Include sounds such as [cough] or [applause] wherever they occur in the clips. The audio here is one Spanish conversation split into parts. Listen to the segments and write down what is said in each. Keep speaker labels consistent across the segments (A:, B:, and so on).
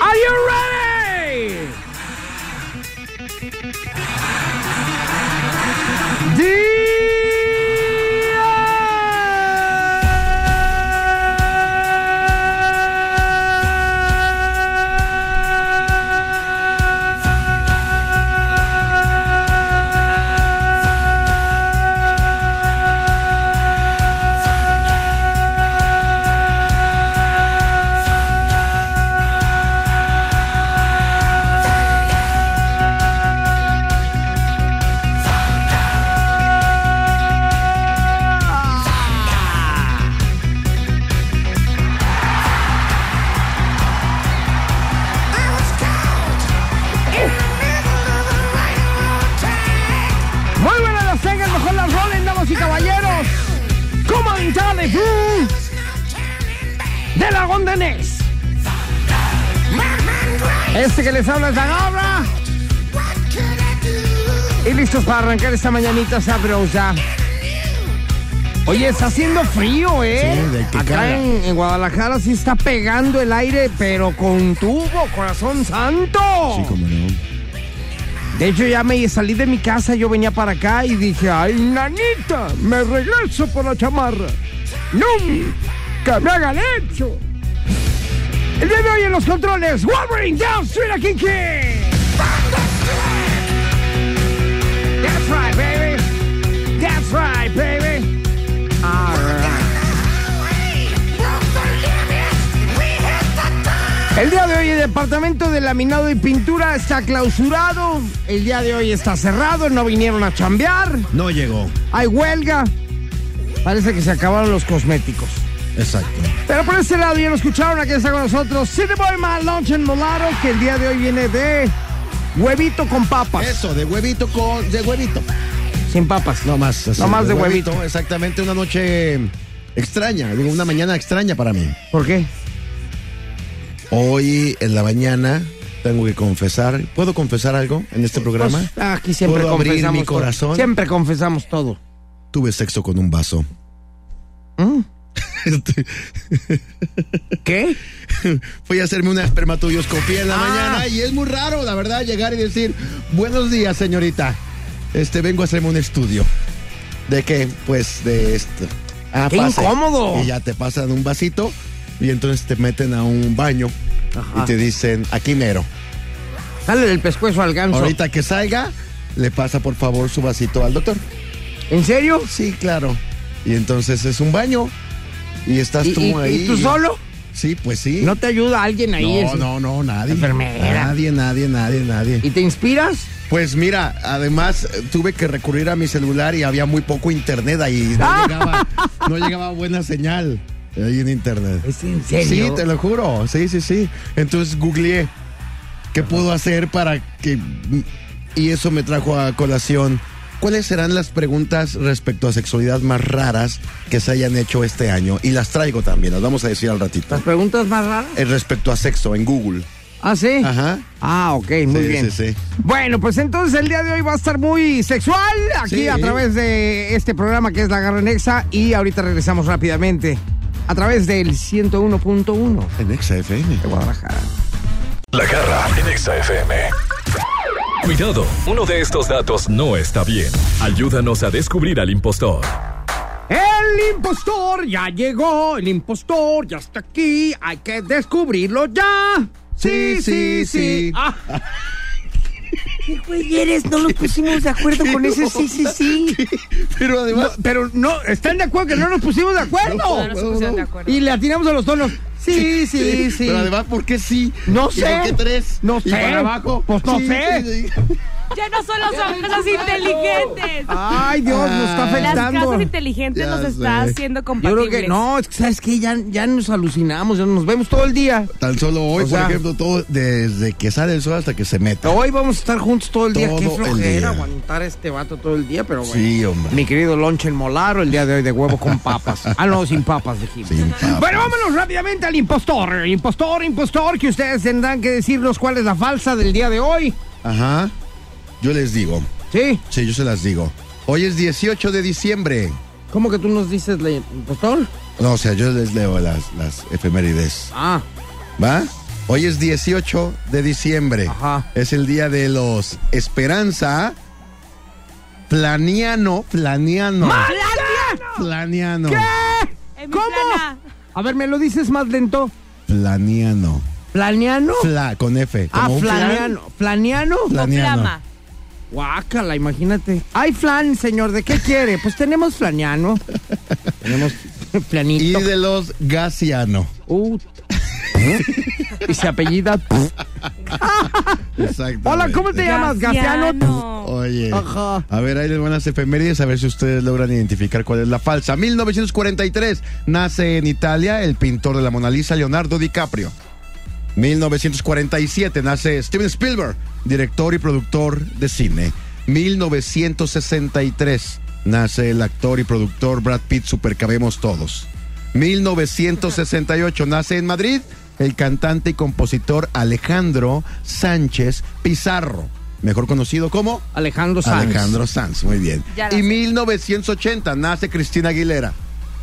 A: Are you ready? Muy buenas las tengan, mejor las rolen, damas y caballeros. Comandante Blue de la Gondanés. Este que les habla es la Gabra. Y listos para arrancar esta mañanita sabrosa. Oye, está haciendo frío, ¿eh?
B: Sí, de que
A: Acá
B: caga.
A: en, en Guadalajara sí está pegando el aire, pero con tubo, corazón santo.
B: Sí, cómo no.
A: De hecho, ya me salí de mi casa, yo venía para acá y dije, ay, nanita, me regreso por la chamarra. ¡Nunca me hagan hecho! El día de hoy en los controles, Wolverine Down Street a Kiki. That's right, baby. That's right, baby. All right. El día de hoy el departamento de laminado y pintura está clausurado. El día de hoy está cerrado, no vinieron a chambear.
B: No llegó.
A: Hay huelga. Parece que se acabaron los cosméticos.
B: Exacto.
A: Pero por este lado ya lo escucharon, aquí está con nosotros City Boy Mal Lunch and Molaro, que el día de hoy viene de huevito con papas.
B: Eso, de huevito con. De huevito.
A: Sin papas, no.
B: No más. así,
A: No más de huevito.
B: Exactamente, una noche extraña. digo, Una mañana extraña para mí.
A: ¿Por qué?
B: Hoy en la mañana tengo que confesar. ¿Puedo confesar algo en este programa?
A: Pues, aquí siempre
B: ¿Puedo abrir
A: confesamos
B: mi
A: todo.
B: corazón?
A: Siempre confesamos todo. ¿Mm?
B: Tuve sexo con un vaso. [laughs] Este,
A: ¿Qué?
B: Fui a hacerme una espermatoyoscopía en la
A: Ah.
B: mañana y es muy raro, la verdad, llegar y decir, buenos días, señorita. Este, vengo a hacerme un estudio. ¿De qué? Pues de esto. Ah,
A: ¡Qué incómodo!
B: Y ya te pasan un vasito y entonces te meten a un baño
A: Ajá.
B: y te dicen, aquí mero.
A: Dale el pescuezo al ganso.
B: Ahorita que salga, le pasa por favor su vasito al doctor.
A: ¿En serio?
B: Sí, claro. Y entonces es un baño y estás
A: ¿Y,
B: tú
A: y- y
B: ahí.
A: tú solo?
B: Sí, pues sí.
A: ¿No te ayuda alguien ahí?
B: No,
A: Es-
B: no, no, nadie.
A: Enfermera.
B: Nadie, nadie, nadie, nadie.
A: ¿Y te inspiras?
B: Pues mira, además eh, tuve que recurrir a mi celular y había muy poco internet ahí. No,
A: Ah.
B: llegaba, no llegaba buena señal ahí en internet.
A: ¿Es en
B: Sí,
A: serio?
B: te lo juro. Sí, sí, sí. Entonces googleé qué puedo hacer para que... Y eso me trajo a colación. ¿Cuáles serán las preguntas respecto a sexualidad más raras que se hayan hecho este año? Y las traigo también, las vamos a decir al ratito.
A: ¿Las preguntas más raras?
B: Eh, respecto a sexo en Google.
A: ¿Ah, sí?
B: Ajá.
A: Ah, ok, muy
B: Sí,
A: bien.
B: sí, sí.
A: Bueno, pues entonces el día de hoy va a estar muy sexual aquí
B: Sí.
A: a través de este programa que es La Garra Nexa y ahorita regresamos rápidamente a través del 101.1
B: En XFM.
A: de Guadalajara.
C: La Garra en Nexa FM. Cuidado, uno de estos datos no está bien. Ayúdanos a descubrir al impostor.
A: El impostor ya llegó, el impostor ya está aquí, hay que descubrirlo ya. Sí, Ah, sí, sí.
B: Sí, sí, sí.
A: Ah.
D: ¿Qué güey eres? No nos pusimos de acuerdo con ese sí, sí, sí.
B: [laughs] Pero
A: No,
B: además,
A: pero no, ¿están de acuerdo que no nos pusimos de acuerdo?
B: No,
E: No nos pusieron de acuerdo.
A: Y le atinamos a los tonos. Sí, sí, sí.
B: Pero además, ¿por qué sí?
A: No
B: ¿Y
A: sé.
B: por qué tres?
A: No
B: ¿Y
A: sé.
B: para abajo?
A: Pues no
B: Sí,
A: sé.
B: sí, sí.
E: Ya no son las casas inteligentes.
A: Ay, Dios, nos
B: Ah.
A: está
E: Las
A: afectando.
E: casas inteligentes
B: Ya
E: nos está
B: sé.
E: haciendo
A: Yo
E: compatibles.
A: creo que no, es que sabes que ya, ya nos alucinamos, ya nos vemos todo el día.
B: Tan solo hoy,
A: O
B: por
A: sea-
B: ejemplo, todo desde que sale el sol hasta que se mete.
A: Hoy vamos a estar juntos todo el día.
B: Todo
A: Qué
B: el día.
A: flojera aguantar a este vato todo el día, pero bueno.
B: Sí, hombre.
A: Mi querido Lonche el Molaro, el día de hoy de huevo con
B: [laughs]
A: papas. Ah, no, sin papas dijimos.
B: Sin papas.
A: Bueno, vámonos rápidamente al impostor. Impostor, impostor, que ustedes tendrán que decirnos cuál es la falsa del día de hoy.
B: Ajá. Yo les digo.
A: ¿Sí?
B: Sí, yo se las digo. Hoy es 18 de diciembre.
A: ¿Cómo que tú nos dices la impostor?
B: No, o sea, yo les leo las, las efemérides.
A: Ah,
B: ¿Va? Hoy es 18 de diciembre.
A: Ajá.
B: Es el día de los Esperanza. Planiano. Planiano. Planiano.
E: En mi
A: ¿Cómo?
E: plana.
A: A ver, ¿me lo dices más lento?
B: Planiano.
A: ¿Planeano?
B: Fla, con F.
A: ah,
B: como un flan.
A: flaneano. ¿Planeano?
B: Planiano.
E: Plama.
A: Guácala, imagínate. Ay, flan, señor, ¿de qué quiere? Pues tenemos flaneano.
B: [laughs]
A: tenemos
B: Y
A: planito.
B: de los Gasiano.
A: Uh. y se apellida.
B: Exacto.
A: Hola, ¿cómo te llamas? Gaciano.
B: Oye.
A: Ajá.
B: A ver, ahí les van las efemérides, a ver si ustedes logran identificar cuál es la falsa. 1943, nace en Italia el pintor de la Mona Lisa, Leonardo DiCaprio. 1947, nace Steven Spielberg, director y productor de cine. 1963, nace el actor y productor Brad Pitt, supercabemos todos. 1968, nace en Madrid el cantante y compositor Alejandro Sánchez Pizarro, mejor conocido como...
A: Alejandro Sanz.
B: Alejandro Sanz, muy bien.
E: Ya la
B: Y
E: sé.
B: 1980 nace Cristina Aguilera.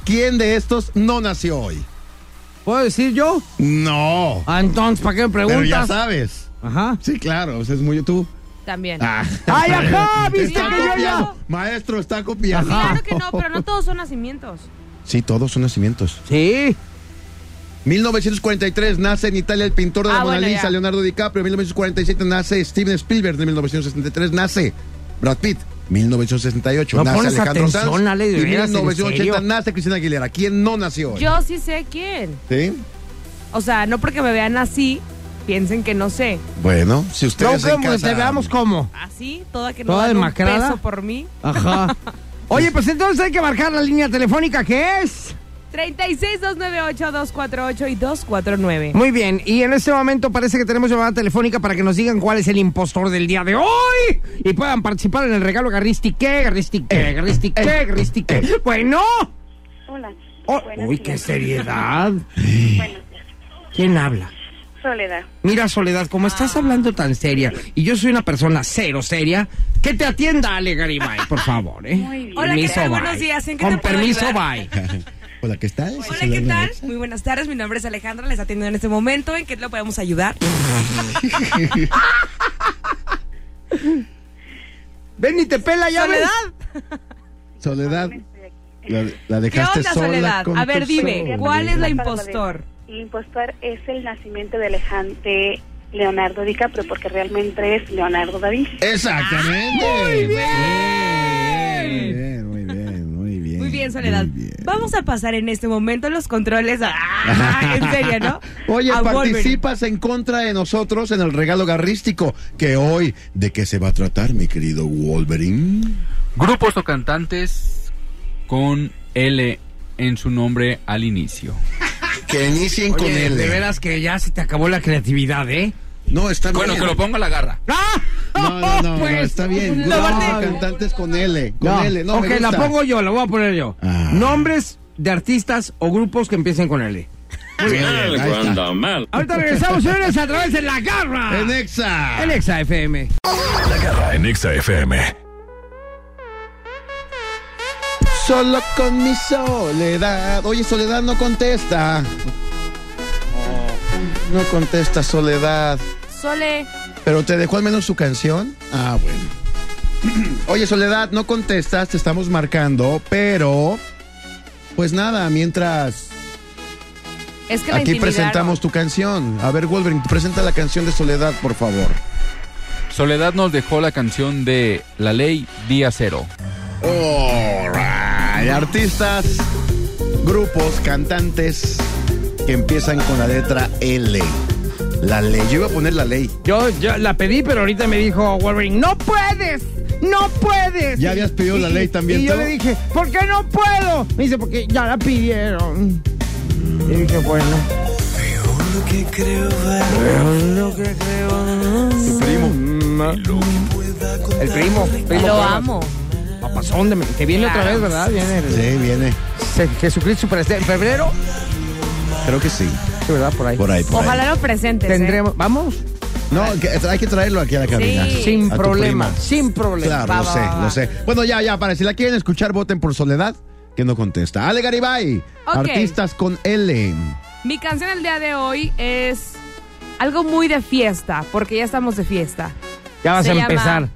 B: ¿Quién de estos no nació hoy?
A: ¿Puedo decir yo?
B: No.
A: Ah, entonces, ¿para qué me
B: Pero ya
A: preguntas?
B: sabes.
A: Ajá.
B: Sí, claro, pues es muy tú.
E: También.
B: Ah.
A: ¡Ay,
B: [laughs]
A: ajá! ¿Viste
B: Está
A: que yo ya.?
B: copiado. Maestro, está copiado.
E: Claro que no, pero no todos son nacimientos.
B: Sí, todos son nacimientos.
A: Sí.
B: 1943 nace en Italia el pintor de la
E: Ah,
B: Mona
E: bueno,
B: Lisa,
E: ya.
B: Leonardo DiCaprio. 1947 nace Steven Spielberg. De 1963 nace Brad Pitt. 1968
A: No
B: nace
A: pones
B: Alejandro
A: atención,
B: Sanz.
A: Ale, de
B: y
A: veras, en
B: 1980
A: serio.
B: nace Cristina Aguilera. ¿Quién no nació hoy?
E: Yo sí sé quién.
B: ¿Sí?
E: O sea, no porque me vean así, piensen que no sé.
B: Bueno, si
A: No,
B: ustedes en
A: como
B: casa-
A: te veamos cómo.
E: Así, toda que no
A: Toda
E: dan un
A: demacrada.
E: peso por mí.
A: Ajá. [laughs] Oye, pues entonces hay que marcar la línea telefónica que es.
E: 36-298-248 y 249.
A: Muy bien, y en este momento parece que tenemos llamada telefónica para que nos digan cuál es el impostor del día de hoy y puedan participar en el regalo Garristique,
B: Eh,
A: Garristique, Garristique, Garristique. Bueno.
F: Hola.
A: Oh,
F: Buenos
A: uy,
F: días.
A: qué seriedad.
F: Buenos días.
A: ¿Quién habla?
F: Soledad.
A: Mira, Soledad, como estás hablando tan seria y yo soy una persona cero seria, que te atienda Ale Garibay, por favor, ¿eh?
F: Muy bien.
E: Hola, ¿qué tal?
A: bye.
E: Buenos días, ¿en qué
A: Con
E: te puedo
A: permiso,
E: ayudar?
A: bye.
B: [laughs] Hola, ¿qué tal?
E: Hola, ¿qué tal? Muy buenas tardes, mi nombre es Alejandra, les atiendo en este momento. ¿En qué lo podemos ayudar?
A: Ven y te pela ya, ves.
E: Soledad,
B: Soledad,
F: Estoy aquí.
B: la,
E: ¿qué
B: la dejaste
E: onda,
B: sola
E: Soledad?
B: con
E: A
B: tu
E: ver, dime,
B: soledad.
E: ¿cuál es la
F: Para
E: impostor?
F: Soledad. El impostor es el nacimiento de, Alejan- de Leonardo DiCaprio, porque realmente es Leonardo da Vinci.
B: Exactamente. Muy bien. Muy bien, muy bien, muy bien.
E: Ah, Muy bien, Soledad.
B: muy bien.
E: Vamos a pasar en este momento los controles. a- ¡Ah! en serio, ¿no?
B: [laughs] Oye,
E: A Wolverine.
B: participas en contra de nosotros en el regalo garrístico que hoy, ¿de qué se va a tratar, mi querido Wolverine?
G: Grupos o cantantes con L en su nombre al inicio.
B: Que inicien con
A: Oye,
B: él.
A: de veras que ya se te acabó la creatividad, ¿eh?
B: No, está
G: Bueno,
B: bien.
G: que lo ponga la garra.
B: No, no,
E: [laughs]
B: no, no,
A: pues.
E: Pues,
B: está bien.
A: no,
B: Grupos de
A: aparte-
B: cantantes con L. Con L, no
A: ok,
B: me gusta.
A: la pongo yo, la voy a poner yo.
B: Ah.
A: Nombres de artistas o grupos que empiecen con L.
B: Muy bien, ahí está.
A: Ahorita regresamos, señores, a través de La Garra.
B: En Exa.
A: En Exa FM.
C: La garra en Exa FM.
B: Solo con mi soledad. Oye, Soledad no contesta. No contesta Soledad.
E: Sole,
B: ¿Pero te dejó al menos su canción? Ah, bueno. [clears throat] Oye, Soledad, no contestas, te estamos marcando, pero... Pues nada, mientras
E: es que la
B: aquí
E: intimidaron.
B: presentamos tu canción. A ver, Wolverine, presenta la canción de Soledad, por favor.
H: Soledad nos dejó la canción de La Ley Día Cero.
B: Alright, Artistas, grupos, cantantes que empiezan con la letra L. La ley. Yo iba a poner la ley.
A: Yo, yo la pedí, pero ahorita me dijo Wolverine, no puedes, no puedes.
B: Ya habías pedido la ley también,
A: Y yo
B: ¿tú?
A: le dije, ¿por qué no puedo? Me dice, porque ya la pidieron. Y dije, bueno. Veo lo que creo Tu primo. El primo. primo
I: Lo
A: Cuevas.
I: amo.
A: Papazón de- Que viene otra vez, ¿verdad? Viene el-
B: Sí, viene.
A: Se- Jesucristo Superestrella. En febrero,
B: Creo que sí.
A: sí, ¿verdad? Por ahí.
B: Por ahí, por
J: Ojalá
B: ahí.
J: lo presentes. ¿eh?
A: Tendremos. Vamos.
B: No, que- hay que traerlo aquí a la cabina.
J: Sí.
A: Sin
B: A tu
A: problema.
B: prima.
A: Sin problema.
B: Claro, lo sé, lo sé. Bueno, ya, ya, para si la quieren escuchar, voten por Soledad, que no contesta. Ale Garibay,
J: Ok.
B: artistas con L.
J: Mi canción el día de hoy es algo muy de fiesta, porque ya estamos
B: [laughs]
J: de fiesta.
A: Ya vas
J: Se
A: a
J: llama-
A: empezar.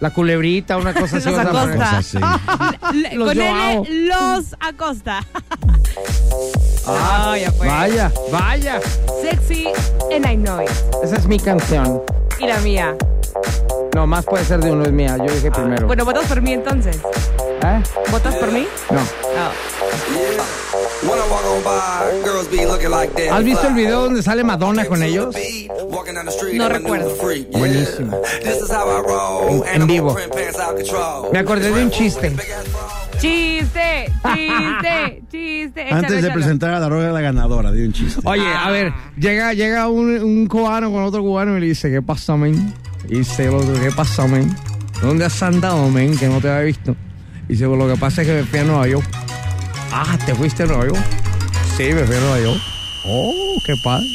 A: La culebrita, una cosa
J: [laughs]
A: así.
J: Los
A: vas a poner.
J: Acosta.
B: Cosas así.
J: L-
A: Los
J: con
A: Joao.
J: L, los Acosta.
A: Ah, Vaya, vaya.
J: Sexy and I know it.
A: Esa es mi canción.
J: Y la mía.
A: No, más puede ser de uno, es mía. Yo dije primero.
J: Ah, Bueno, ¿votas por mí entonces?
A: ¿Eh?
J: ¿Votas por mí?
A: No.
J: Ah.
A: ¿Has visto el video donde sale Madonna con ellos?
J: No recuerdo.
A: Buenísimo. En- en vivo. Me acordé de un chiste.
J: Chiste, chiste, chiste. Échalo,
B: Antes de
J: échalo.
B: presentar a la rola la ganadora, di un chiste.
A: Oye, a ver, llega, llega un, un cubano con otro cubano y le dice, ¿qué pasa, men? Y dice el otro, ¿qué pasa, men? ¿Dónde has andado, men? Que no te había visto. Y dice, pues lo que pasa es que me fui a Nueva York. Ah, ¿te fuiste a Nueva York? Sí, me fui a Nueva York. Oh, qué padre.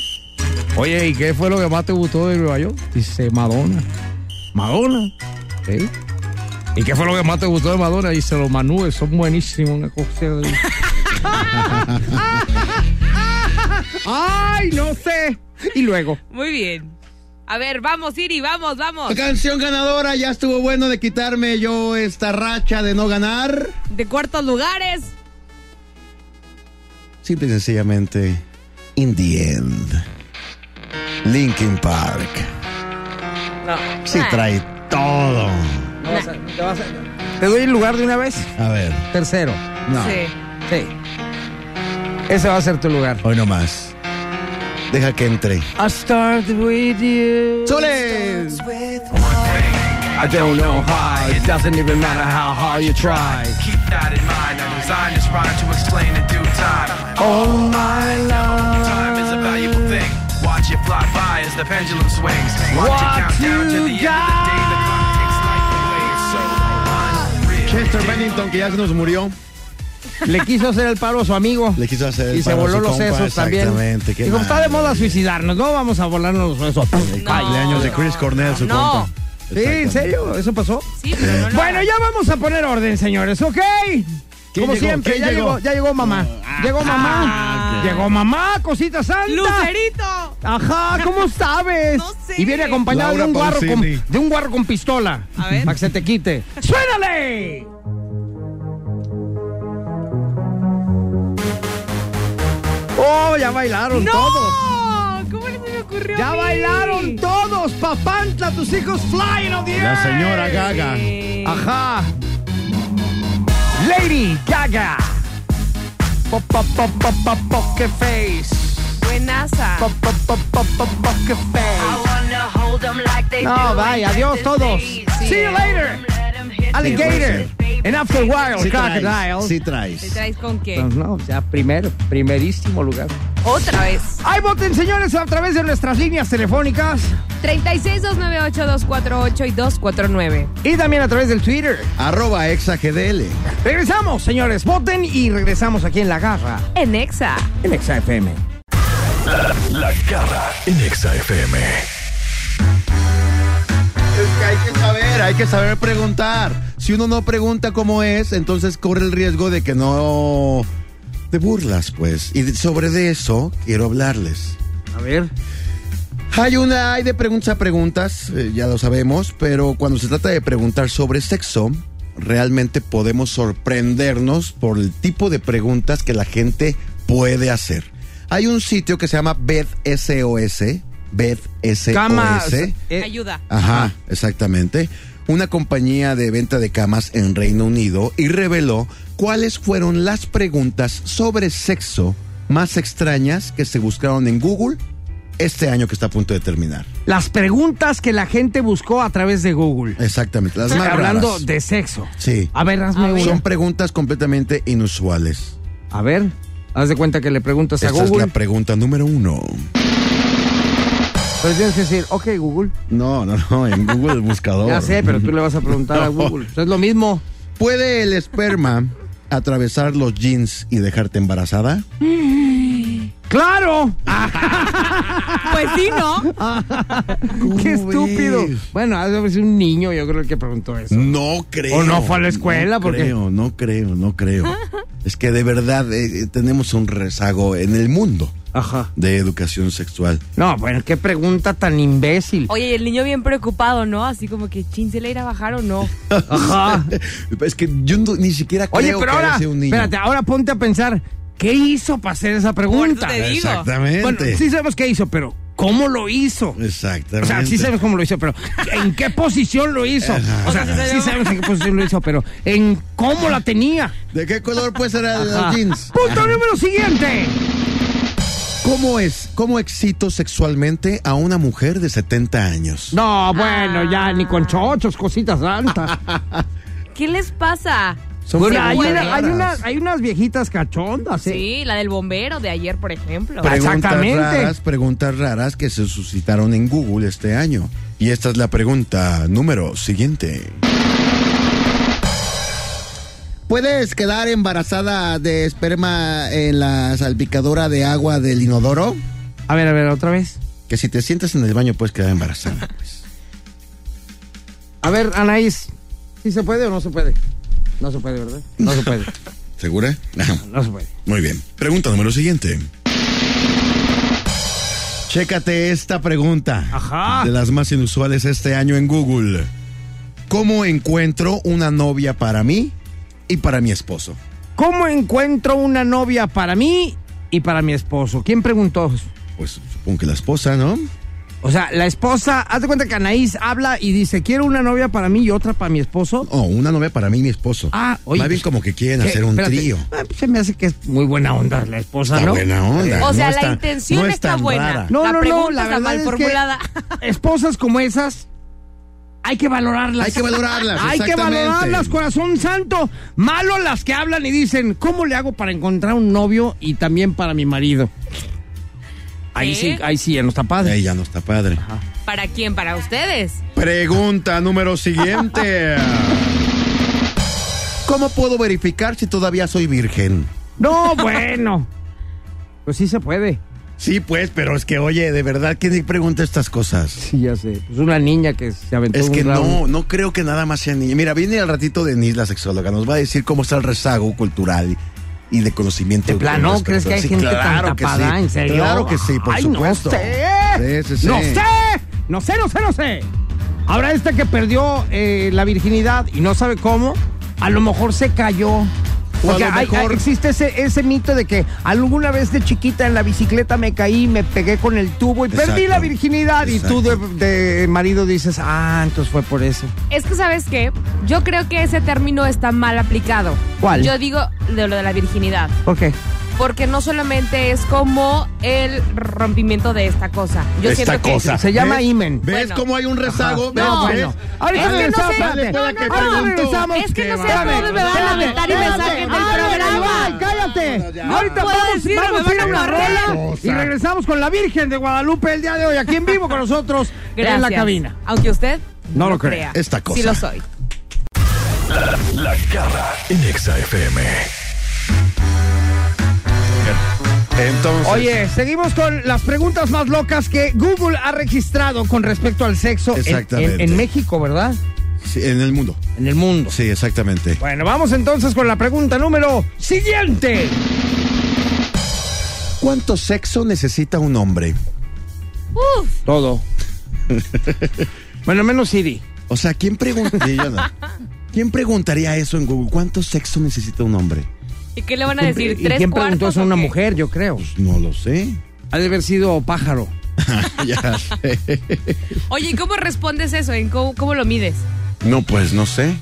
A: Oye, ¿y qué fue lo que más te gustó de Nueva York? Dice, Madonna. ¿Madonna? Sí. ¿Y qué fue lo que más te gustó de Madonna? Dice, los manúes son buenísimos. Una cosa de- [laughs] ¡Ay, no sé! Y luego...
J: Muy bien. A ver, vamos, Siri, vamos, vamos.
B: La Canción ganadora, ya estuvo bueno de quitarme yo esta racha de no ganar.
J: De cuartos lugares.
B: Simple y sencillamente, In the End. Linkin Park.
J: Ah,
B: Sí trae todo.
A: ¿Te, doy el lugar de una vez?
B: A ver,
A: Tercero.
B: no,
J: Sí.
A: Sí. Ese va a ser tu lugar.
B: hoy no más. Deja que entre.
A: I start with you.
B: ¡Soles!
A: I don't know how. It doesn't even matter how hard you try.
K: Keep that in mind. I'm designed this rhyme to explain in due time.
A: All my love.
K: Time is a valuable thing. Watch it fly by as the pendulum swings. Watch, it count down to the end of the day. The clock takes life away. It's so unreal.
B: Chester Bennington, que ya se nos murió.
A: Le quiso hacer el paro a su amigo.
B: Le quiso hacer el
A: Y se
B: paro a
A: voló
B: su
A: los
B: compa,
A: sesos también.
B: exactamente, qué
A: Dijo,
B: mal.
A: está de moda suicidarnos. No vamos a volarnos los sesos.
B: El cumpleaños de Chris Cornell, su
J: No.
B: compa.
A: Sí, ¿en serio? ¿Eso pasó?
J: Sí, pero no lo
A: Bueno, ya vamos a poner orden, señores, ¿ok? Como
B: llegó?
A: siempre,
B: ¿Quién
A: ya
B: llegó? Ah,
A: llegó, ya llegó mamá. Llegó mamá. Llegó mamá, cosita santa.
J: ¡Lucerito!
A: Ajá, ¿cómo sabes?
J: No sé.
A: Y viene acompañado
B: Laura
A: de un, guarro con,
B: Pausini.
A: de un guarro con pistola.
J: A ver.
A: Para que se te quite. ¡Suénale! ¡Oh, ya bailaron todos!
J: ¡No! ¿Cómo no se me ocurrió?
A: ¡Ya
J: a mí?
A: bailaron todos! ¡Papantla, tus hijos flying on the air!
B: La señora Gaga.
J: Eh,
A: Ajá. Lady Gaga. Pop, pop, pop, pop, pop, poker face.
J: Buenaza.
A: Pop, pop, pop, pop, pop, poker face. No, vaya, adiós todos. See you later. Alligator. And after a while,
B: Sí
A: crocodile.
B: traes, sí
J: ¿Te
B: traes.
J: traes con qué?
A: Pues No, o sea, primero, primerísimo lugar.
J: Otra vez.
A: Ahí voten, señores, a través de nuestras líneas telefónicas
J: 36298248 y 249.
A: y también a través del Twitter.
B: Arroba exagdl.
A: Regresamos, señores, voten y regresamos aquí en La Garra,
J: En Exa.
A: en XFM.
C: La garra en Exa FM.
B: Es que hay que saber, hay que saber preguntar. Si uno no pregunta cómo es, entonces corre el riesgo de que no te burlas, pues. Y de- sobre de eso quiero hablarles.
A: A ver.
B: Hay una, hay de preguntas a preguntas, eh, ya lo sabemos, pero cuando se trata de preguntar sobre sexo, realmente podemos sorprendernos por el tipo de preguntas que la gente puede hacer. Hay un sitio que se llama BedSOS, Beth SOS.
A: Camas. eh,
L: Ayuda.
B: Ajá, exactamente. Una compañía de venta de camas en Reino Unido y reveló cuáles fueron las preguntas sobre sexo más extrañas que se buscaron en Google este año que está a punto de terminar.
A: las preguntas que la gente buscó a través de Google.
B: Exactamente, las más
A: Hablando
B: raras.
A: de sexo.
B: Sí.
A: A ver, hazme
L: A ver.
B: Son preguntas completamente inusuales.
A: una. A ver, haz de cuenta que le preguntas a
B: Esta es
A: Google.
B: la pregunta número uno.
A: Pero tienes que decir, ok, Google.
B: No, no, no, en Google el [laughs] buscador.
A: Ya sé, pero tú le vas a preguntar a
B: [laughs] No.
A: Google. Pues es lo mismo.
B: ¿Puede el esperma atravesar los jeans y dejarte embarazada? [laughs]
A: ¡Claro! Ah,
L: Pues sí, ¿no?
A: ¡Qué
B: ¿Cómo
A: estúpido!
B: ves?
A: Bueno, ha de haber sido un niño, yo creo, el que preguntó eso.
B: No creo.
A: O no fue a la escuela, porque-
B: Creo, no creo, no
A: [laughs]
B: creo. es que de verdad eh, eh, tenemos un rezago en el mundo
A: Ajá.
B: de educación sexual.
A: No, bueno, qué pregunta tan imbécil.
L: Oye, y el niño bien preocupado, ¿no? Así como que, chin, ¿se le irá a bajar o no?
A: Ajá.
B: [laughs] es que yo no- ni siquiera creo
A: Oye, pero
B: que
A: ahora,
B: haya sido un niño.
A: espérate, ahora ponte a pensar, ¿qué hizo para hacer esa pregunta?
L: Por eso te digo.
B: Exactamente.
A: Bueno, sí sabemos qué hizo, pero ¿cómo lo hizo?
B: Exactamente.
A: O sea, sí sabemos cómo lo hizo, pero ¿en qué posición lo hizo? O sea,
L: O sea, sí
A: sí
L: sabemos.
A: sabemos en qué posición lo hizo, pero ¿en cómo la tenía?
B: ¿De qué color puede ser el
A: Ajá.
B: los jeans?
A: Punto número siguiente.
B: ¿Cómo es? ¿Cómo excito sexualmente a una mujer de 70 años?
A: No, bueno, ya ni con chochos, cositas altas.
L: ¿Qué les pasa?
B: Son
A: Bueno, hay,
B: preguntas
A: una- hay
B: raras.
A: unas- hay unas viejitas cachondas, ¿eh?
L: Sí, la del bombero de ayer, por ejemplo.
A: Pero-
B: Preguntas
A: Exactamente.
B: raras, preguntas raras que se suscitaron en Google este año. Y esta es la pregunta número siguiente. ¿Puedes quedar embarazada de esperma en la salpicadora de agua del inodoro?
A: A ver, a ver, otra vez.
B: Que si te sientas en el baño puedes quedar embarazada. pues.
A: A ver, Anaís, ¿sí se puede o no se puede? No se puede, ¿verdad? No se puede,
B: ¿Segura?
A: no se puede.
B: Muy bien. Pregunta número siguiente. Chécate esta pregunta.
A: Ajá.
B: De las más inusuales este año en Google. ¿Cómo encuentro una novia para mí y para mi esposo?
A: ¿Cómo encuentro una novia para mí y para mi esposo? ¿Quién preguntó?
B: Pues supongo que la esposa, ¿no?
A: O sea, la esposa, haz de cuenta que Anaís habla y dice, quiero una novia para mí y otra para mi esposo.
B: O una novia para mí y mi esposo.
A: Ah, oye,
B: Más bien
A: pues,
B: como que quieren
A: ¿Qué?
B: hacer un
A: Espérate.
B: trío.
A: Ah, pues se me hace que es muy buena onda la esposa,
B: Está
A: ¿no?
B: buena onda.
L: O sea,
B: es
L: la
B: tan-
L: intención
B: no es
L: está
B: tan
L: buena.
B: rara.
A: No,
L: La
A: no, no,
L: pregunta
A: la
L: está
A: verdad
L: mal
A: es que
L: formulada.
A: [laughs] esposas como esas hay que valorarlas.
B: Hay que
A: [laughs]
B: valorarlas,
A: Hay que
B: exactamente.
A: valorarlas, corazón santo. Malo las que hablan y dicen, ¿cómo le hago para encontrar un novio y también para mi marido? Ahí
L: ¿Eh?
A: sí, ahí sí, ya no está padre.
B: Ella no está padre.
L: ¿Para quién? ¿Para ustedes?
B: Pregunta número siguiente. ¿Cómo puedo verificar si todavía soy virgen?
A: No, bueno. Pues sí se puede.
B: Sí, pues, pero es que, oye, de verdad, ¿quién pregunta estas cosas?
A: Sí, ya sé. Pues una niña que se aventó
B: Es
A: un
B: que
A: round.
B: no, no creo que nada más sea niña. Mira, viene al ratito Denise, la sexóloga, nos va a decir cómo está el rezago cultural y de conocimiento.
A: ¿De plano?
B: con
A: ¿Crees
B: respecto.
A: que hay
B: Sí,
A: gente
B: claro
A: tan
B: que
A: tapada?
B: sí.
A: ¿En serio?
B: Claro que sí, por
A: Ay,
B: supuesto.
A: No sé.
B: Sí, sí, sí.
A: no sé. No sé, no sé, no sé. Ahora esta que perdió eh, la virginidad y no sabe cómo, a lo mejor se cayó. Porque
B: lo
A: hay- hay-
B: mejor-
A: existe ese, ese mito de que alguna vez de chiquita en la bicicleta me caí, me pegué con el tubo y perdí
B: Exacto.
A: la virginidad. Y
B: Exacto.
A: tú de, de marido dices, ah, entonces fue por eso.
E: Es que, ¿sabes qué? Yo creo que ese término está mal aplicado.
A: ¿Cuál?
E: Yo digo de lo de la virginidad.
A: ¿Por qué?
E: Porque no solamente es como el rompimiento de esta cosa. Yo
B: Esta
E: siento que
B: cosa.
A: Se llama
B: ¿Ves?
A: imen.
B: ¿Ves
E: Bueno.
B: cómo hay un rezago? ¿Ves?
A: No,
B: ¿Ves?
A: bueno. Ahorita
E: Es que no
A: regresamos.
E: sé-
A: espérate.
E: no, no,
B: que
E: no,
A: Ahorita
B: pregunto.
A: regresamos.
E: Es que no sé
A: Espérame,
E: cómo me van a
A: espérame,
E: aventar y me
A: espérame.
E: saquen del
A: A ver,
E: programa.
A: Iván, ¡Cállate!
B: ya.
A: Ahorita
L: No puedo
A: vamos,
L: decirlo,
A: vamos
L: me
A: a ir a
L: van a
A: una
L: correr.
A: rola y
B: Cosa.
A: regresamos con la Virgen de Guadalupe el día de hoy, aquí en vivo con nosotros en la
E: Gracias.
A: cabina.
L: Aunque usted
A: No lo crea.
B: Esta cosa.
L: sí lo soy.
C: La garra en Exa FM.
B: Entonces,
A: Oye, seguimos con las preguntas más locas que Google ha registrado con respecto al sexo en- en,
B: Exactamente.
A: en México, ¿verdad?
B: sí, en el mundo.
A: En el mundo.
B: Sí, exactamente.
A: Bueno, vamos entonces con la pregunta número siguiente.
B: ¿Cuánto sexo necesita un hombre?
L: Uf,
A: Todo. bueno, menos Siri.
B: O sea, ¿quién [laughs] preguntaría? ¿Quién preguntaría eso en Google? ¿Cuánto sexo necesita un hombre?
L: ¿y qué le van a decir?
A: ¿Y
L: ¿Tres
A: quién preguntó
L: cuartos
A: eso a
L: o
A: una
L: qué?
A: mujer? Yo creo.
B: Pues no lo sé.
A: Ha de haber sido pájaro.
B: [laughs] Ya sé.
E: Oye, ¿y cómo respondes eso? ¿En cómo, cómo lo mides?
B: No, pues no sé.